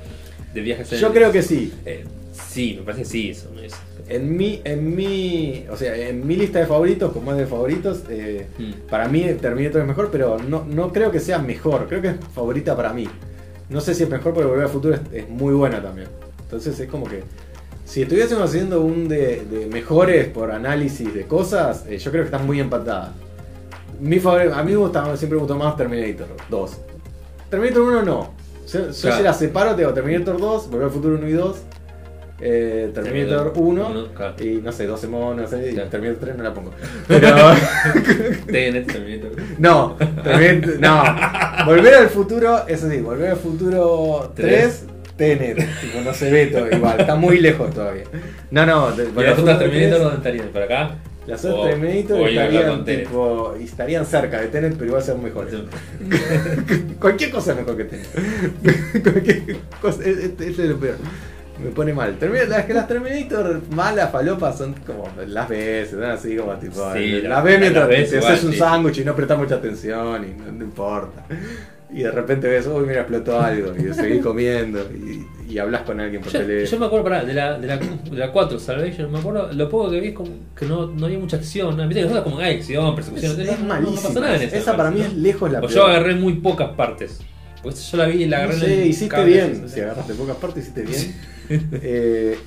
S2: de viajes en
S1: Yo
S2: el-
S1: creo que sí.
S2: Eh, sí, me parece que sí, eso es.
S1: En mi, en mi, o sea, en mi lista de favoritos, como es de favoritos, eh,
S2: Mm.
S1: para mí Terminator es mejor, pero no, no creo que sea mejor, creo que es favorita para mí. No sé si es mejor, pero Volver al Futuro es, es muy buena también. Entonces es como que, si estuviésemos haciendo un de, de mejores por análisis de cosas, eh, yo creo que están muy empatadas. Mi favor- a mí me gusta, siempre me gustó más Terminator 2. Terminator 1 no. Yo, yo
S2: Claro.
S1: si la separo, tengo Terminator 2, Volver al Futuro 1 y 2, eh, Terminator 1
S2: claro.
S1: y no sé, 12 monos, no sé, y
S2: Claro.
S1: Terminator 3 no la pongo. Pero...
S2: TNT, este Terminator.
S1: No, también, no. Volver al futuro, eso sí, volver al futuro 3,
S2: Tres.
S1: Tener. Tipo, no se ve todo igual, está muy lejos todavía. No, no, de-
S2: ¿Y
S1: volver al
S2: las otras
S1: futuro
S2: Terminator
S1: tres,
S2: dónde estarían? ¿Para acá?
S1: Las otras
S2: O-
S1: Terminator
S2: o ir Oh, a hablar
S1: estarían,
S2: con Tenet.
S1: tipo, estarían cerca de Tenet, pero igual son mejores. Cualquier cosa es mejor que Tenet. Cualquier cosa, es- es- eso es lo peor. Me pone mal. Termina- las que las Terminator malas, falopas, son como las ves, son así como tipo.
S2: Sí,
S1: las
S2: la-
S1: ves
S2: la-
S1: mientras
S2: las ves
S1: te
S2: igual,
S1: haces un
S2: sí.
S1: sándwich y no prestas mucha atención y no, no importa. Y de repente ves, uy, mira, explotó algo y seguís comiendo y, y hablas con alguien por
S2: Yo, yo
S1: teléfono.
S2: me acuerdo, pará, de la, de la, de la 4, Salvation, me acuerdo, lo poco que vi es como que no, no había mucha acción. ¿no? Viste que las otras como hay acción,
S1: Es,
S2: persecución. no,
S1: es
S2: no, No
S1: malísima.
S2: pasa nada en esa.
S1: esa para mí es lejos la
S2: O
S1: peor.
S2: Pues yo agarré muy pocas partes. Pues yo la vi y la
S1: No
S2: agarré
S1: sé,
S2: en el
S1: hiciste
S2: cable,
S1: bien.
S2: no sé.
S1: Si agarraste pocas partes, hiciste bien. Eh,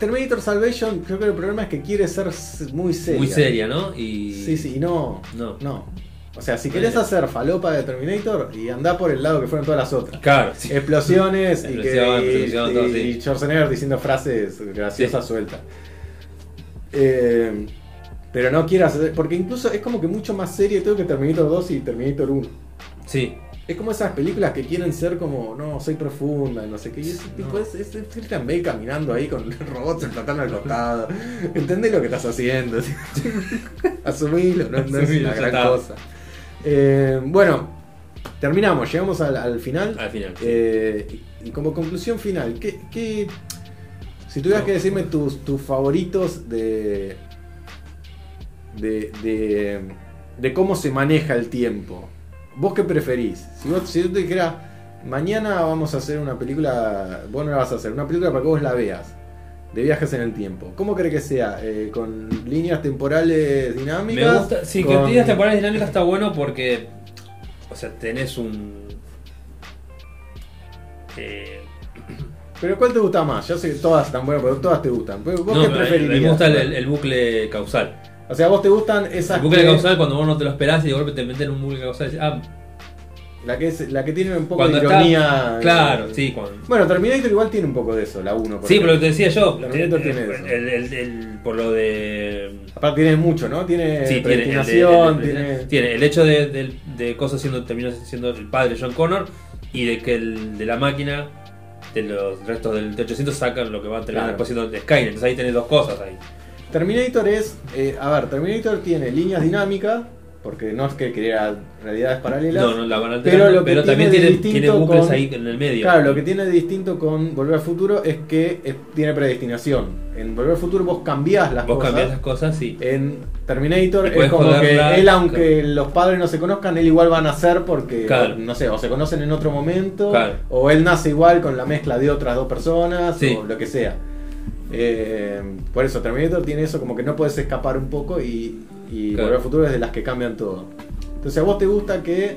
S1: Terminator Salvation, creo que el problema es que quiere ser s- muy seria.
S2: Muy seria, ¿no? Y...
S1: Sí, sí, y no.
S2: No.
S1: No. O sea, si querés
S2: Bueno.
S1: hacer falopa de Terminator y andá por el lado que fueron todas las otras.
S2: Claro, sí.
S1: Explosiones y,
S2: Explosión,
S1: que, y,
S2: explosión, todo,
S1: y
S2: sí.
S1: Schwarzenegger diciendo frases graciosas sueltas. Eh, pero no quieras hacer. Porque incluso es como que mucho más serio todo que Terminator 2 y Terminator 1.
S2: Sí.
S1: Es como esas películas que quieren ser como, no, soy profunda, no sé qué. Y es, tipo,
S2: No.
S1: es, es- es Christian Bale caminando ahí con robots emplatando al costado. Entendés lo que estás haciendo. Asumilo, no, no
S2: Asumilo, ya
S1: es una gran
S2: está.
S1: cosa. Eh, bueno, terminamos, llegamos al, al final.
S2: Al final. sí.
S1: Eh, y como conclusión final, ¿qué, qué- si tuvieras
S2: No.
S1: que decirme tus, tus favoritos de, de, de, de cómo se maneja el tiempo, vos qué preferís? Si, vos, si yo te dijera, mañana vamos a hacer una película, vos no la vas a hacer, una película para que vos la veas. De viajes en el tiempo. ¿Cómo crees que sea? Eh, ¿Con líneas temporales dinámicas?
S2: Me gusta, sí, que
S1: ¿Con-
S2: tienes temporales dinámicas está bueno porque, o sea, tenés un... Eh,
S1: ¿Pero cuál te gusta más? Yo sé que todas están buenas, pero todas te gustan. ¿Vos
S2: no,
S1: qué
S2: me-
S1: preferirías?
S2: me gusta el, el- el bucle causal.
S1: O sea, eh, vos te gustan esas.
S2: el bucle
S1: que-
S2: causal cuando vos no te lo esperás y de golpe te meten un bucle causal y decís, ah,
S1: La que, es, la que tiene un poco
S2: Cuando
S1: de
S2: está-
S1: ironía. eh,
S2: Claro, sí, cuando.
S1: Bueno, Terminator igual tiene un poco de eso, la 1.
S2: Sí, pero lo que te decía yo,
S1: La
S2: el,
S1: Terminator tiene
S2: el-
S1: eso.
S2: el- el- el- por lo de...
S1: Aparte tiene mucho, ¿no? Tiene
S2: Sí, tiene el, de-
S1: Eh, predestinación,
S2: el de-
S1: tiene...
S2: tiene el hecho de, de, de cosas siendo, terminó siendo el padre John Connor y de que el de la máquina, de los restos del T-800 sacan lo que va a terminar
S1: Claro.
S2: después siendo de Skynet. Entonces ahí tenés dos cosas ahí.
S1: Terminator es... eh, a ver, Terminator tiene líneas dinámicas, porque no es que crea realidades paralelas.
S2: No, no la van a
S1: Pero
S2: alterar,
S1: lo que
S2: pero también
S1: tiene de
S2: tiene, tiene
S1: distinto
S2: bucles
S1: con-
S2: ahí en el medio.
S1: Claro, lo que tiene de distinto con Volver al Futuro es que eh, tiene predestinación. En Volver al Futuro vos cambiás las
S2: Vos
S1: cosas.
S2: cambiás las cosas, sí.
S1: En
S2: Y
S1: Terminator es
S2: podés
S1: como
S2: joderla.
S1: que él, aunque los padres no se conozcan, él igual va a nacer porque,
S2: Claro.
S1: no sé, o se conocen en otro momento,
S2: Claro.
S1: o él nace igual con la mezcla de otras dos personas,
S2: Sí.
S1: o lo que sea. Eh, por eso Terminator tiene eso como que no puedes escapar un poco y, y
S2: Claro.
S1: Volver al Futuro es de las que cambian todo. Entonces a vos te gusta que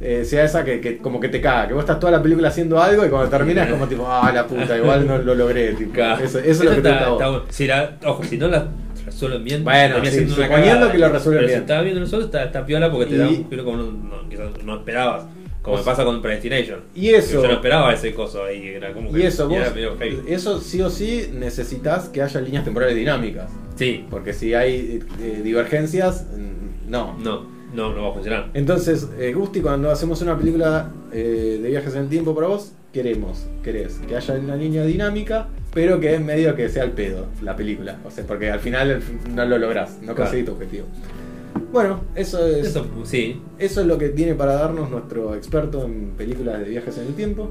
S1: eh, sea esa que, que como que te caga, que vos estás toda la película haciendo algo y cuando terminas como tipo, ah, la puta, igual no lo logré. tipo.
S2: Claro.
S1: Eso, eso es lo que te gusta
S2: está,
S1: a vos.
S2: está bueno. Si la- ojo, si no la resuelven bien,
S1: Bueno,
S2: termina
S1: sí,
S2: siendo una
S1: suponiendo
S2: cagada.
S1: que lo resuelven
S2: Pero
S1: bien.
S2: Si está bien nosotros, está, está piola porque te
S1: Y-
S2: da un giro como no, no- quizás no esperabas. Como
S1: O
S2: me
S1: sea,
S2: pasa con Predestination.
S1: Y eso.
S2: Yo no esperaba ese coso ahí. Era como que
S1: Y eso,
S2: y
S1: vos,
S2: era medio heavy.
S1: eso sí o sí necesitas que haya líneas temporales dinámicas.
S2: Sí,
S1: Porque si hay eh, divergencias, mm, no.
S2: no, no, no va a funcionar.
S1: Entonces, eh, Gusti, cuando hacemos una película eh, de viajes en el tiempo para vos, queremos, querés que haya una línea dinámica, pero que es medio que sea el pedo la película. O sea, porque al final no lo lográs, no
S2: Claro.
S1: conseguís tu objetivo. Bueno, eso es, eso.
S2: Eso, sí.
S1: es lo que tiene para darnos nuestro experto en películas de viajes en el tiempo.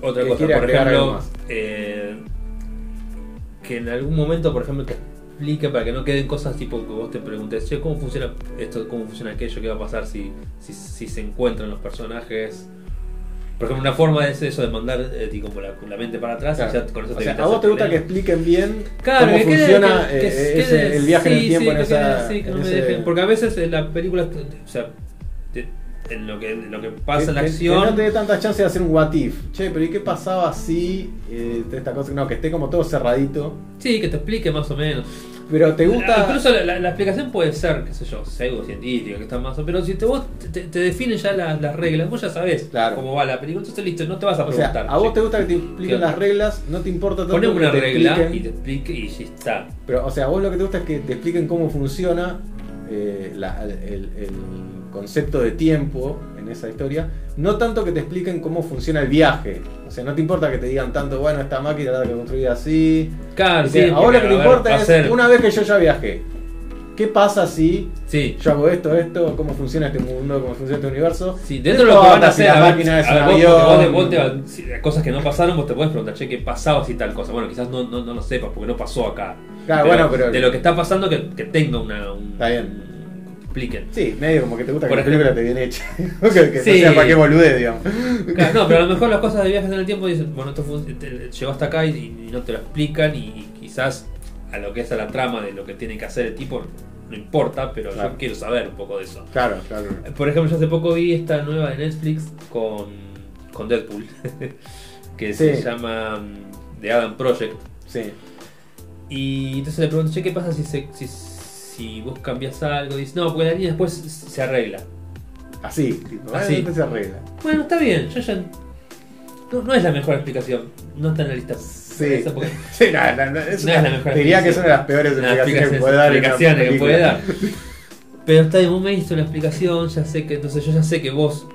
S2: Otra
S1: que
S2: cosa,
S1: quiere
S2: por
S1: agregar algo
S2: ejemplo,
S1: más.
S2: eh, que en algún momento, por ejemplo, te explique para que no queden cosas tipo que vos te preguntes, che, ¿cómo funciona esto? ¿Cómo funciona aquello? ¿Qué va a pasar si, si, si se encuentran los personajes? Por ejemplo, una forma es eso de mandar eh, ti como la, con la mente para atrás
S1: Claro.
S2: y ya con eso
S1: O
S2: te
S1: sea, a
S2: evitas
S1: vos
S2: el
S1: te gusta que
S2: problema.
S1: expliquen bien
S2: Claro,
S1: cómo
S2: que quede-
S1: funciona
S2: que- que-
S1: eh,
S2: que
S1: ese-
S2: quede-
S1: el viaje en el
S2: sí,
S1: tiempo
S2: sí,
S1: en
S2: que
S1: esa.
S2: quede- sí, que no
S1: en
S2: me
S1: ese-
S2: dejen, Porque a veces eh, en las películas, o sea, te- en lo que, en lo que pasa en la
S1: que- que-
S2: acción.
S1: Que no te dé tantas chances de hacer un what if. Che, pero ¿y qué pasaba si eh, esta cosa? No, que esté como todo cerradito.
S2: Sí, que te explique más o menos.
S1: Pero te
S2: La-
S1: gusta.
S2: Ah, Incluso la, la- la explicación puede ser, qué sé yo, pseudocientífica, que está más. o- Pero si te, vos te, te definen ya las, las reglas, vos ya sabés
S1: Claro.
S2: cómo va la película, entonces listo, no te vas a
S1: o sea,
S2: preguntar.
S1: a vos te gusta que te expliquen
S2: Claro.
S1: las reglas, no te importa tanto.
S2: Poné
S1: que
S2: una
S1: te
S2: regla
S1: expliquen.
S2: y te explique y ya está.
S1: Pero, o sea, a vos lo que te gusta es que te expliquen cómo funciona eh, la- el, el concepto de tiempo en esa historia. No tanto que te expliquen cómo funciona el viaje. O sea, no te importa que te digan tanto, bueno, esta máquina la que construí así.
S2: Claro,
S1: O sea,
S2: Ah, sí,
S1: ahora lo que te
S2: pero, a ver, va
S1: importa
S2: a
S1: es,
S2: ser-
S1: una vez que yo ya viajé, ¿qué pasa si
S2: Sí,
S1: yo hago esto, esto, cómo funciona este mundo, cómo funciona este universo?
S2: sí, dentro de
S1: No
S2: lo que van a
S1: importa
S2: hacer,
S1: si la
S2: a ver,
S1: máquina es
S2: a ver,
S1: un
S2: vos-
S1: avión.
S2: vos te- vos te- si- cosas que no pasaron, vos te podés preguntar, che, ¿qué pasaba si tal cosa? Bueno, quizás no, no, no lo sepas porque no pasó acá.
S1: Claro,
S2: Pero
S1: bueno, pero.
S2: De lo que está pasando, que, que tenga una. un-
S1: Está bien.
S2: un- que expliquen.
S1: Sí, medio como que te gusta que
S2: Por
S1: la
S2: ejemplo-
S1: película te bien hecha. que que
S2: Sí.
S1: no sea para qué bolude, digamos.
S2: Claro, no, pero a lo mejor las cosas de viajes en el tiempo dicen, bueno, esto fue- te- llegó hasta acá y, y no te lo explican y, y quizás a lo que es a la trama de lo que tiene que hacer el tipo no importa, pero
S1: Claro.
S2: yo quiero saber un poco de eso. Eh,
S1: Claro, claro.
S2: Por ejemplo, yo hace poco vi esta nueva de Netflix con, con Deadpool, que se
S1: Sí.
S2: llama mm, The Adam Project.
S1: Sí.
S2: Y entonces le pregunto, che, ¿qué pasa si, se- si, si vos cambias algo? Dice, no, porque la línea después se arregla.
S1: Así, tipo,
S2: Así.
S1: "Ah, esto se arregla.
S2: Bueno, está bien, yo ya. No, no es la mejor explicación. No está en la lista.
S1: Sí.
S2: Esa porque-
S1: Sí, no, no, no, es
S2: No
S1: una-
S2: es la mejor
S1: Diría
S2: explicación.
S1: que es una de las peores
S2: Las
S1: explicaciones que
S2: explicaciones,
S1: puede dar. en una
S2: explicaciones que puede
S1: película.
S2: dar. Pero está bien, vos me diste una explicación, ya sé que. Entonces yo ya sé que vos.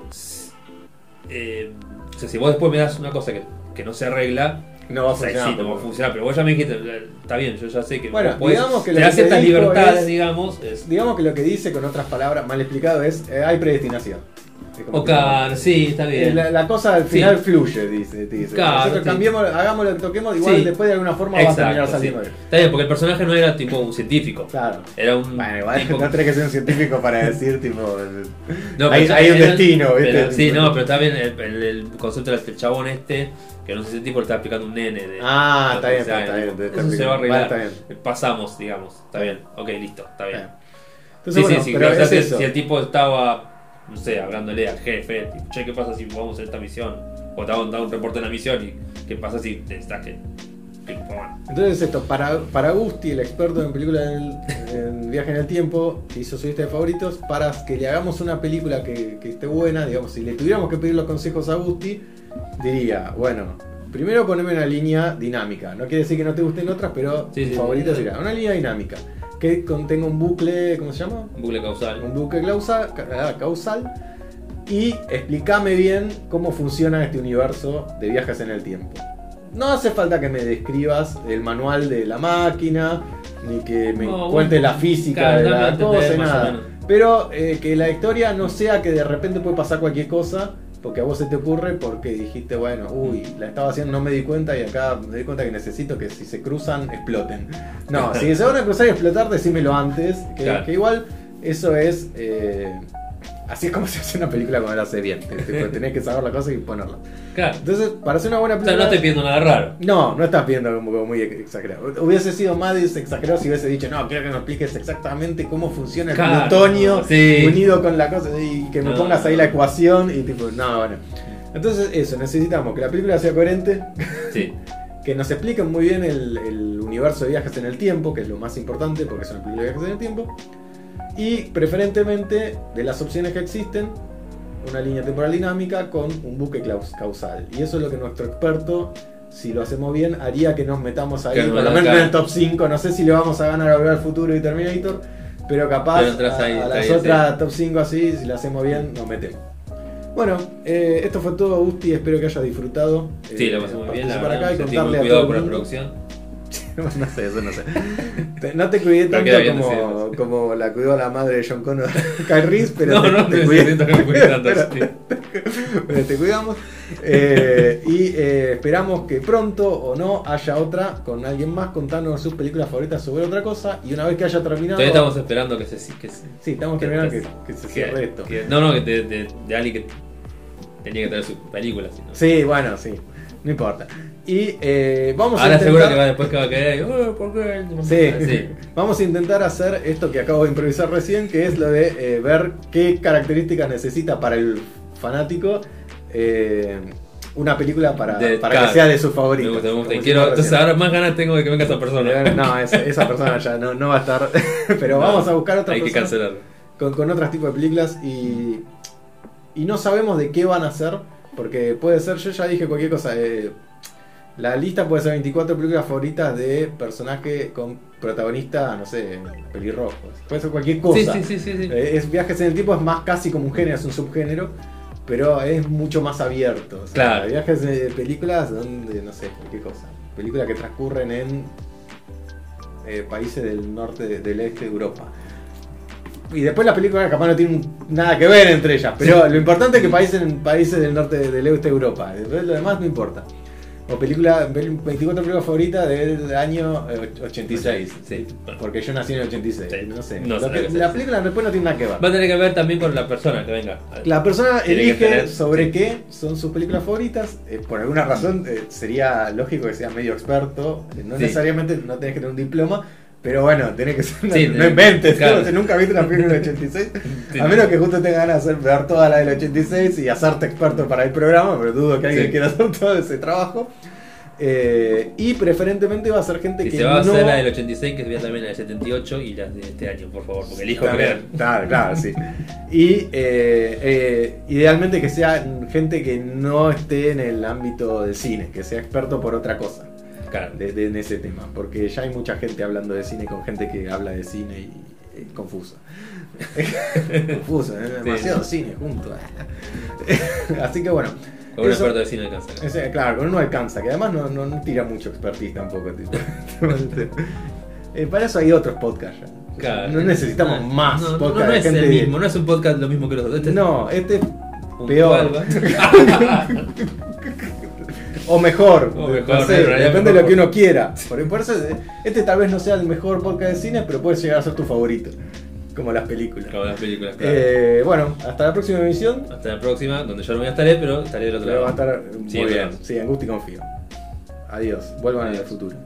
S2: eh, o sea, si vos después me das una cosa que, que no se arregla,
S1: No va a
S2: o sea,
S1: funcionar.
S2: sí, no va a
S1: tampoco.
S2: funcionar. Pero vos ya me dijiste, eh, está bien, yo ya sé que.
S1: Bueno,
S2: vos podés-
S1: digamos que lo
S2: Te
S1: que
S2: das
S1: te
S2: ciertas
S1: dijo
S2: libertades,
S1: es-
S2: digamos. Es,
S1: Digamos que lo que dice, con otras palabras, mal explicado, es eh, hay predestinación. Es como
S2: o
S1: que-
S2: car- sí, está
S1: Eh,
S2: bien.
S1: La, la cosa al
S2: Sí.
S1: final fluye, dice. te dice.
S2: Claro,
S1: Nosotros
S2: sí.
S1: cambiemos, hagamos lo que toquemos, igual
S2: Sí.
S1: después de alguna forma va a terminar
S2: Exacto, sí.
S1: saliendo bien.
S2: Está bien, porque el personaje no era tipo un científico.
S1: Claro.
S2: Era un.
S1: Bueno, igual
S2: tipo-
S1: no tenés que ser un científico para decir, tipo. eh,
S2: No,
S1: Hay-
S2: pero
S1: hay un
S2: era-
S1: destino, ¿viste?
S2: pero- sí, no, pero está bien el, el- el concepto del chabón este, que no sé si el tipo le está aplicando un nene. De,
S1: Ah, está bien,
S2: o sea,
S1: está bien. está
S2: Eso se
S1: bien.
S2: va a arreglar.
S1: Vale, está bien.
S2: Pasamos, digamos. Está bien. Ok, listo, está bien.
S1: Está
S2: Sí,
S1: Entonces,
S2: sí,
S1: bueno,
S2: sí,
S1: pero
S2: o sea,
S1: es
S2: si,
S1: eso.
S2: si el tipo estaba, no sé, hablándole al jefe, tipo, che, ¿qué pasa si vamos a hacer esta misión? O te hago- te hago un reporte de la misión y ¿qué pasa si te estás que... que-
S1: Entonces, esto, para, para Gusti, el experto en películas del- en, en Viaje en el Tiempo, que hizo su lista de favoritos, para que le hagamos una película que, que esté buena, digamos, si le tuviéramos que pedir los consejos a Gusti, diría, bueno, primero poneme una línea dinámica. No quiere decir que no te gusten otras, pero
S2: Sí,
S1: tu
S2: sí,
S1: favorita
S2: sí.
S1: será una línea dinámica. Que contenga un bucle, ¿cómo se llama?
S2: Bucle causal.
S1: un buque clausa- ca- ah, causal y explícame bien cómo funciona este universo de viajes en el tiempo. No hace falta que me describas el manual de la máquina, ni que me
S2: No,
S1: cuentes
S2: bueno,
S1: la física
S2: claro,
S1: de
S2: dame a
S1: la
S2: entender
S1: cosa,
S2: más o
S1: nada.
S2: menos.
S1: Pero eh, que la historia no sea que de repente puede pasar cualquier cosa, porque a vos se te ocurre porque dijiste, bueno, uy, la estaba haciendo, no me di cuenta y acá me di cuenta que necesito que si se cruzan, exploten. No, si se van a cruzar y explotar, decímelo antes, que,
S2: Claro.
S1: que igual eso es... eh, Así es como se hace una película cuando la hace bien. te- te- Tenés que saber la cosa y ponerla.
S2: Claro.
S1: Entonces, para hacer una buena
S2: O sea,
S1: película.
S2: no te pidiendo nada raro.
S1: No, no estás pidiendo como, como muy exagerado. Hubiese sido más exagerado si hubiese dicho, no, quiero que me expliques exactamente cómo funciona el
S2: Claro.
S1: plutonio
S2: Sí.
S1: unido con la cosa y que me
S2: No.
S1: pongas ahí la ecuación y tipo, no, bueno. Entonces, eso, necesitamos que la película sea coherente,
S2: Sí.
S1: que nos expliquen muy bien el, el universo de viajes en el tiempo, que es lo más importante porque es una película de viajes en el tiempo, y preferentemente de las opciones que existen, una línea temporal dinámica con un buque claus- causal. Y eso es lo que nuestro experto, si lo hacemos bien, haría que nos metamos ahí,
S2: Que nos
S1: por lo
S2: acá.
S1: menos en el top 5, no sé si le vamos a ganar a Volver al Futuro y Terminator, pero capaz
S2: Pero entras
S1: a-
S2: ahí,
S1: a,
S2: está
S1: las
S2: ahí,
S1: otras top 5 así, si lo hacemos bien, nos metemos. Bueno, eh, esto fue todo, Gusti. Espero que hayas disfrutado.
S2: Sí,
S1: eh,
S2: lo pasé muy bien. La
S1: participar
S2: verdad,
S1: acá y
S2: me sentí muy
S1: contarle a todo
S2: cuidado
S1: el
S2: por la
S1: mundo.
S2: producción.
S1: No sé, eso no sé. Te- No te cuidé
S2: Pero
S1: tanto
S2: queda bien
S1: como,
S2: decidido.
S1: como la cuidó la madre de John Connor, Kyle Reese, pero
S2: no,
S1: te,
S2: no,
S1: te
S2: no
S1: cuidé.
S2: siento que me cuide tanto.
S1: Pero-
S2: sí.
S1: pero te cuidamos. Eh, y eh, esperamos que pronto o no haya otra con alguien más contándonos sus películas favoritas sobre otra cosa. Y una vez que haya terminado.
S2: Todavía estamos esperando que se. Que se
S1: Sí, estamos terminando que, que se cierre esto.
S2: que- no, no, que de, de- de alguien que tenía que traer su película. si no.
S1: Sí, bueno, sí. No importa. Y eh, vamos
S2: Ahora
S1: a intentar-
S2: seguro que va después que va a caer. "Oh, ¿Por qué?
S1: Sí.
S2: sí.
S1: Vamos a intentar hacer esto que acabo de improvisar recién, que es lo de eh, ver qué características necesita para el fanático eh, una película para,
S2: De-
S1: para
S2: claro.
S1: que sea de sus
S2: Me
S1: favoritos.
S2: gusta, me gusta. Y
S1: Como
S2: quiero,
S1: hicimos
S2: entonces
S1: recién.
S2: ahora más ganas tengo de que venga esa persona.
S1: No, esa, esa persona ya no, no va a estar. Pero
S2: No,
S1: vamos a buscar otra
S2: Hay que
S1: persona
S2: cancelarlo.
S1: con, con otros tipos de películas y, y no sabemos de qué van a hacer, porque puede ser, yo ya dije cualquier cosa, eh, la lista puede ser 24 películas favoritas de personaje con protagonista, no sé, pelirrojos, puede ser cualquier cosa.
S2: Sí, sí, sí, sí. sí.
S1: Eh, es, viajes en el tiempo es más casi como un género, es un subgénero, pero es mucho más abierto. o sea,
S2: Claro.
S1: Viajes en películas donde, no sé, cualquier cosa. Películas que transcurren en eh, países del norte, de- del este de Europa. Y después las películas capaz no tienen nada que ver entre ellas, pero lo importante es que países en países del norte, del este de Europa. Después lo demás no importa. O película, 24 películas favoritas del año eh, 86.
S2: Sí.
S1: Porque yo nací en el 86.
S2: Sí.
S1: No sé.
S2: No
S1: Lo
S2: sé lo
S1: que-
S2: que sea,
S1: la
S2: sí.
S1: película después no tiene nada que ver.
S2: Va a tener que ver también con la persona que venga.
S1: La persona
S2: Tiene que
S1: elige
S2: tener-
S1: sobre
S2: sí.
S1: qué son sus películas favoritas. eh, por alguna razón eh, sería lógico que seas medio experto. eh, No
S2: Sí.
S1: necesariamente no tenés que tener un diploma. Pero bueno, tenés que ser.
S2: Sí,
S1: no
S2: tenés-
S1: inventes,
S2: claro.
S1: claro, si nunca viste una película del 86.
S2: Sí.
S1: A menos que justo tengas ganas de hacer, ver toda la del 86 y hacerte experto para el programa, pero dudo que alguien
S2: Sí.
S1: quiera hacer todo ese trabajo. Eh, y preferentemente va a ser gente
S2: Si
S1: que
S2: se va a
S1: no
S2: hacer la del 86, que sería también la del 78 y las de este año, por favor, porque elijo
S1: También,
S2: creer.
S1: Claro, claro, sí. Y eh, eh, idealmente que sea gente que no esté en el ámbito del cine, que sea experto por otra cosa,
S2: Claro.
S1: de, de- en ese tema, porque ya hay mucha gente hablando de cine con gente que habla de cine y es confusa. confusa, ¿eh? demasiado cine junto. Así que bueno.
S2: Con un
S1: Eso-
S2: experto de cine alcanza.
S1: Ese, claro, con uno alcanza, que además no, no- no tira mucho expertise tampoco. tipo. Eh, para eso hay otros podcasts. ya.
S2: Claro.
S1: No necesitamos
S2: No,
S1: más
S2: no, no,
S1: podcasts.
S2: No,
S1: de
S2: es
S1: gente
S2: el mismo, no es un podcast lo mismo que los otros. Este es
S1: No, este es
S2: puntual,
S1: peor.
S2: ¿va?
S1: O mejor. no
S2: O mejor,
S1: sé,
S2: en realidad
S1: depende de
S2: mejor
S1: lo que uno quiera. Por, por eso, eh, este tal vez no sea el mejor podcast de cine, pero puede llegar a ser tu favorito. Como las películas.
S2: Como las películas, claro.
S1: Eh, bueno, hasta la próxima emisión.
S2: Hasta la próxima, donde yo no voy a estaré, pero estaré del otro
S1: Pero
S2: lado.
S1: va a estar muy
S2: Sí,
S1: bien.
S2: claro.
S1: Sí, en gusto y confío. Adiós. Vuelvan al
S2: Adiós.
S1: futuro.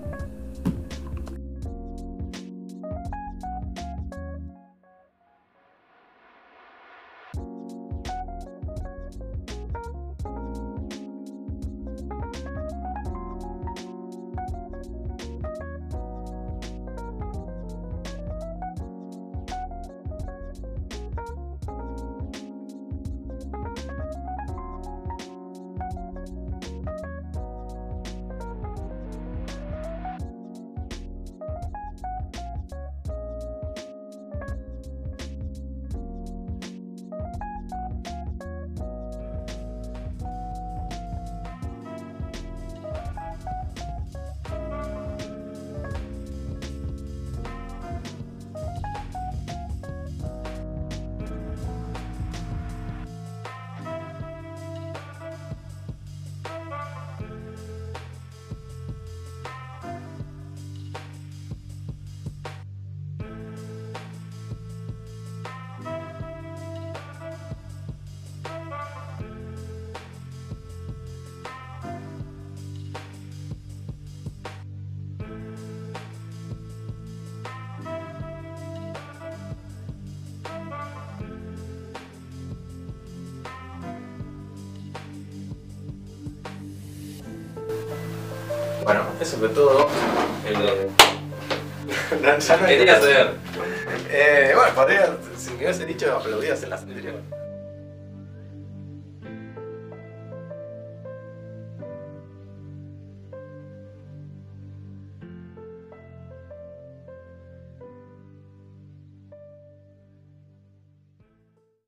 S1: Bueno, eso fue todo.
S2: El-
S1: No, ya no hay
S2: Quería
S1: nada.
S2: hacer.
S1: Eh, bueno, podría, si me hubiese dicho, aplaudías en las anteriores.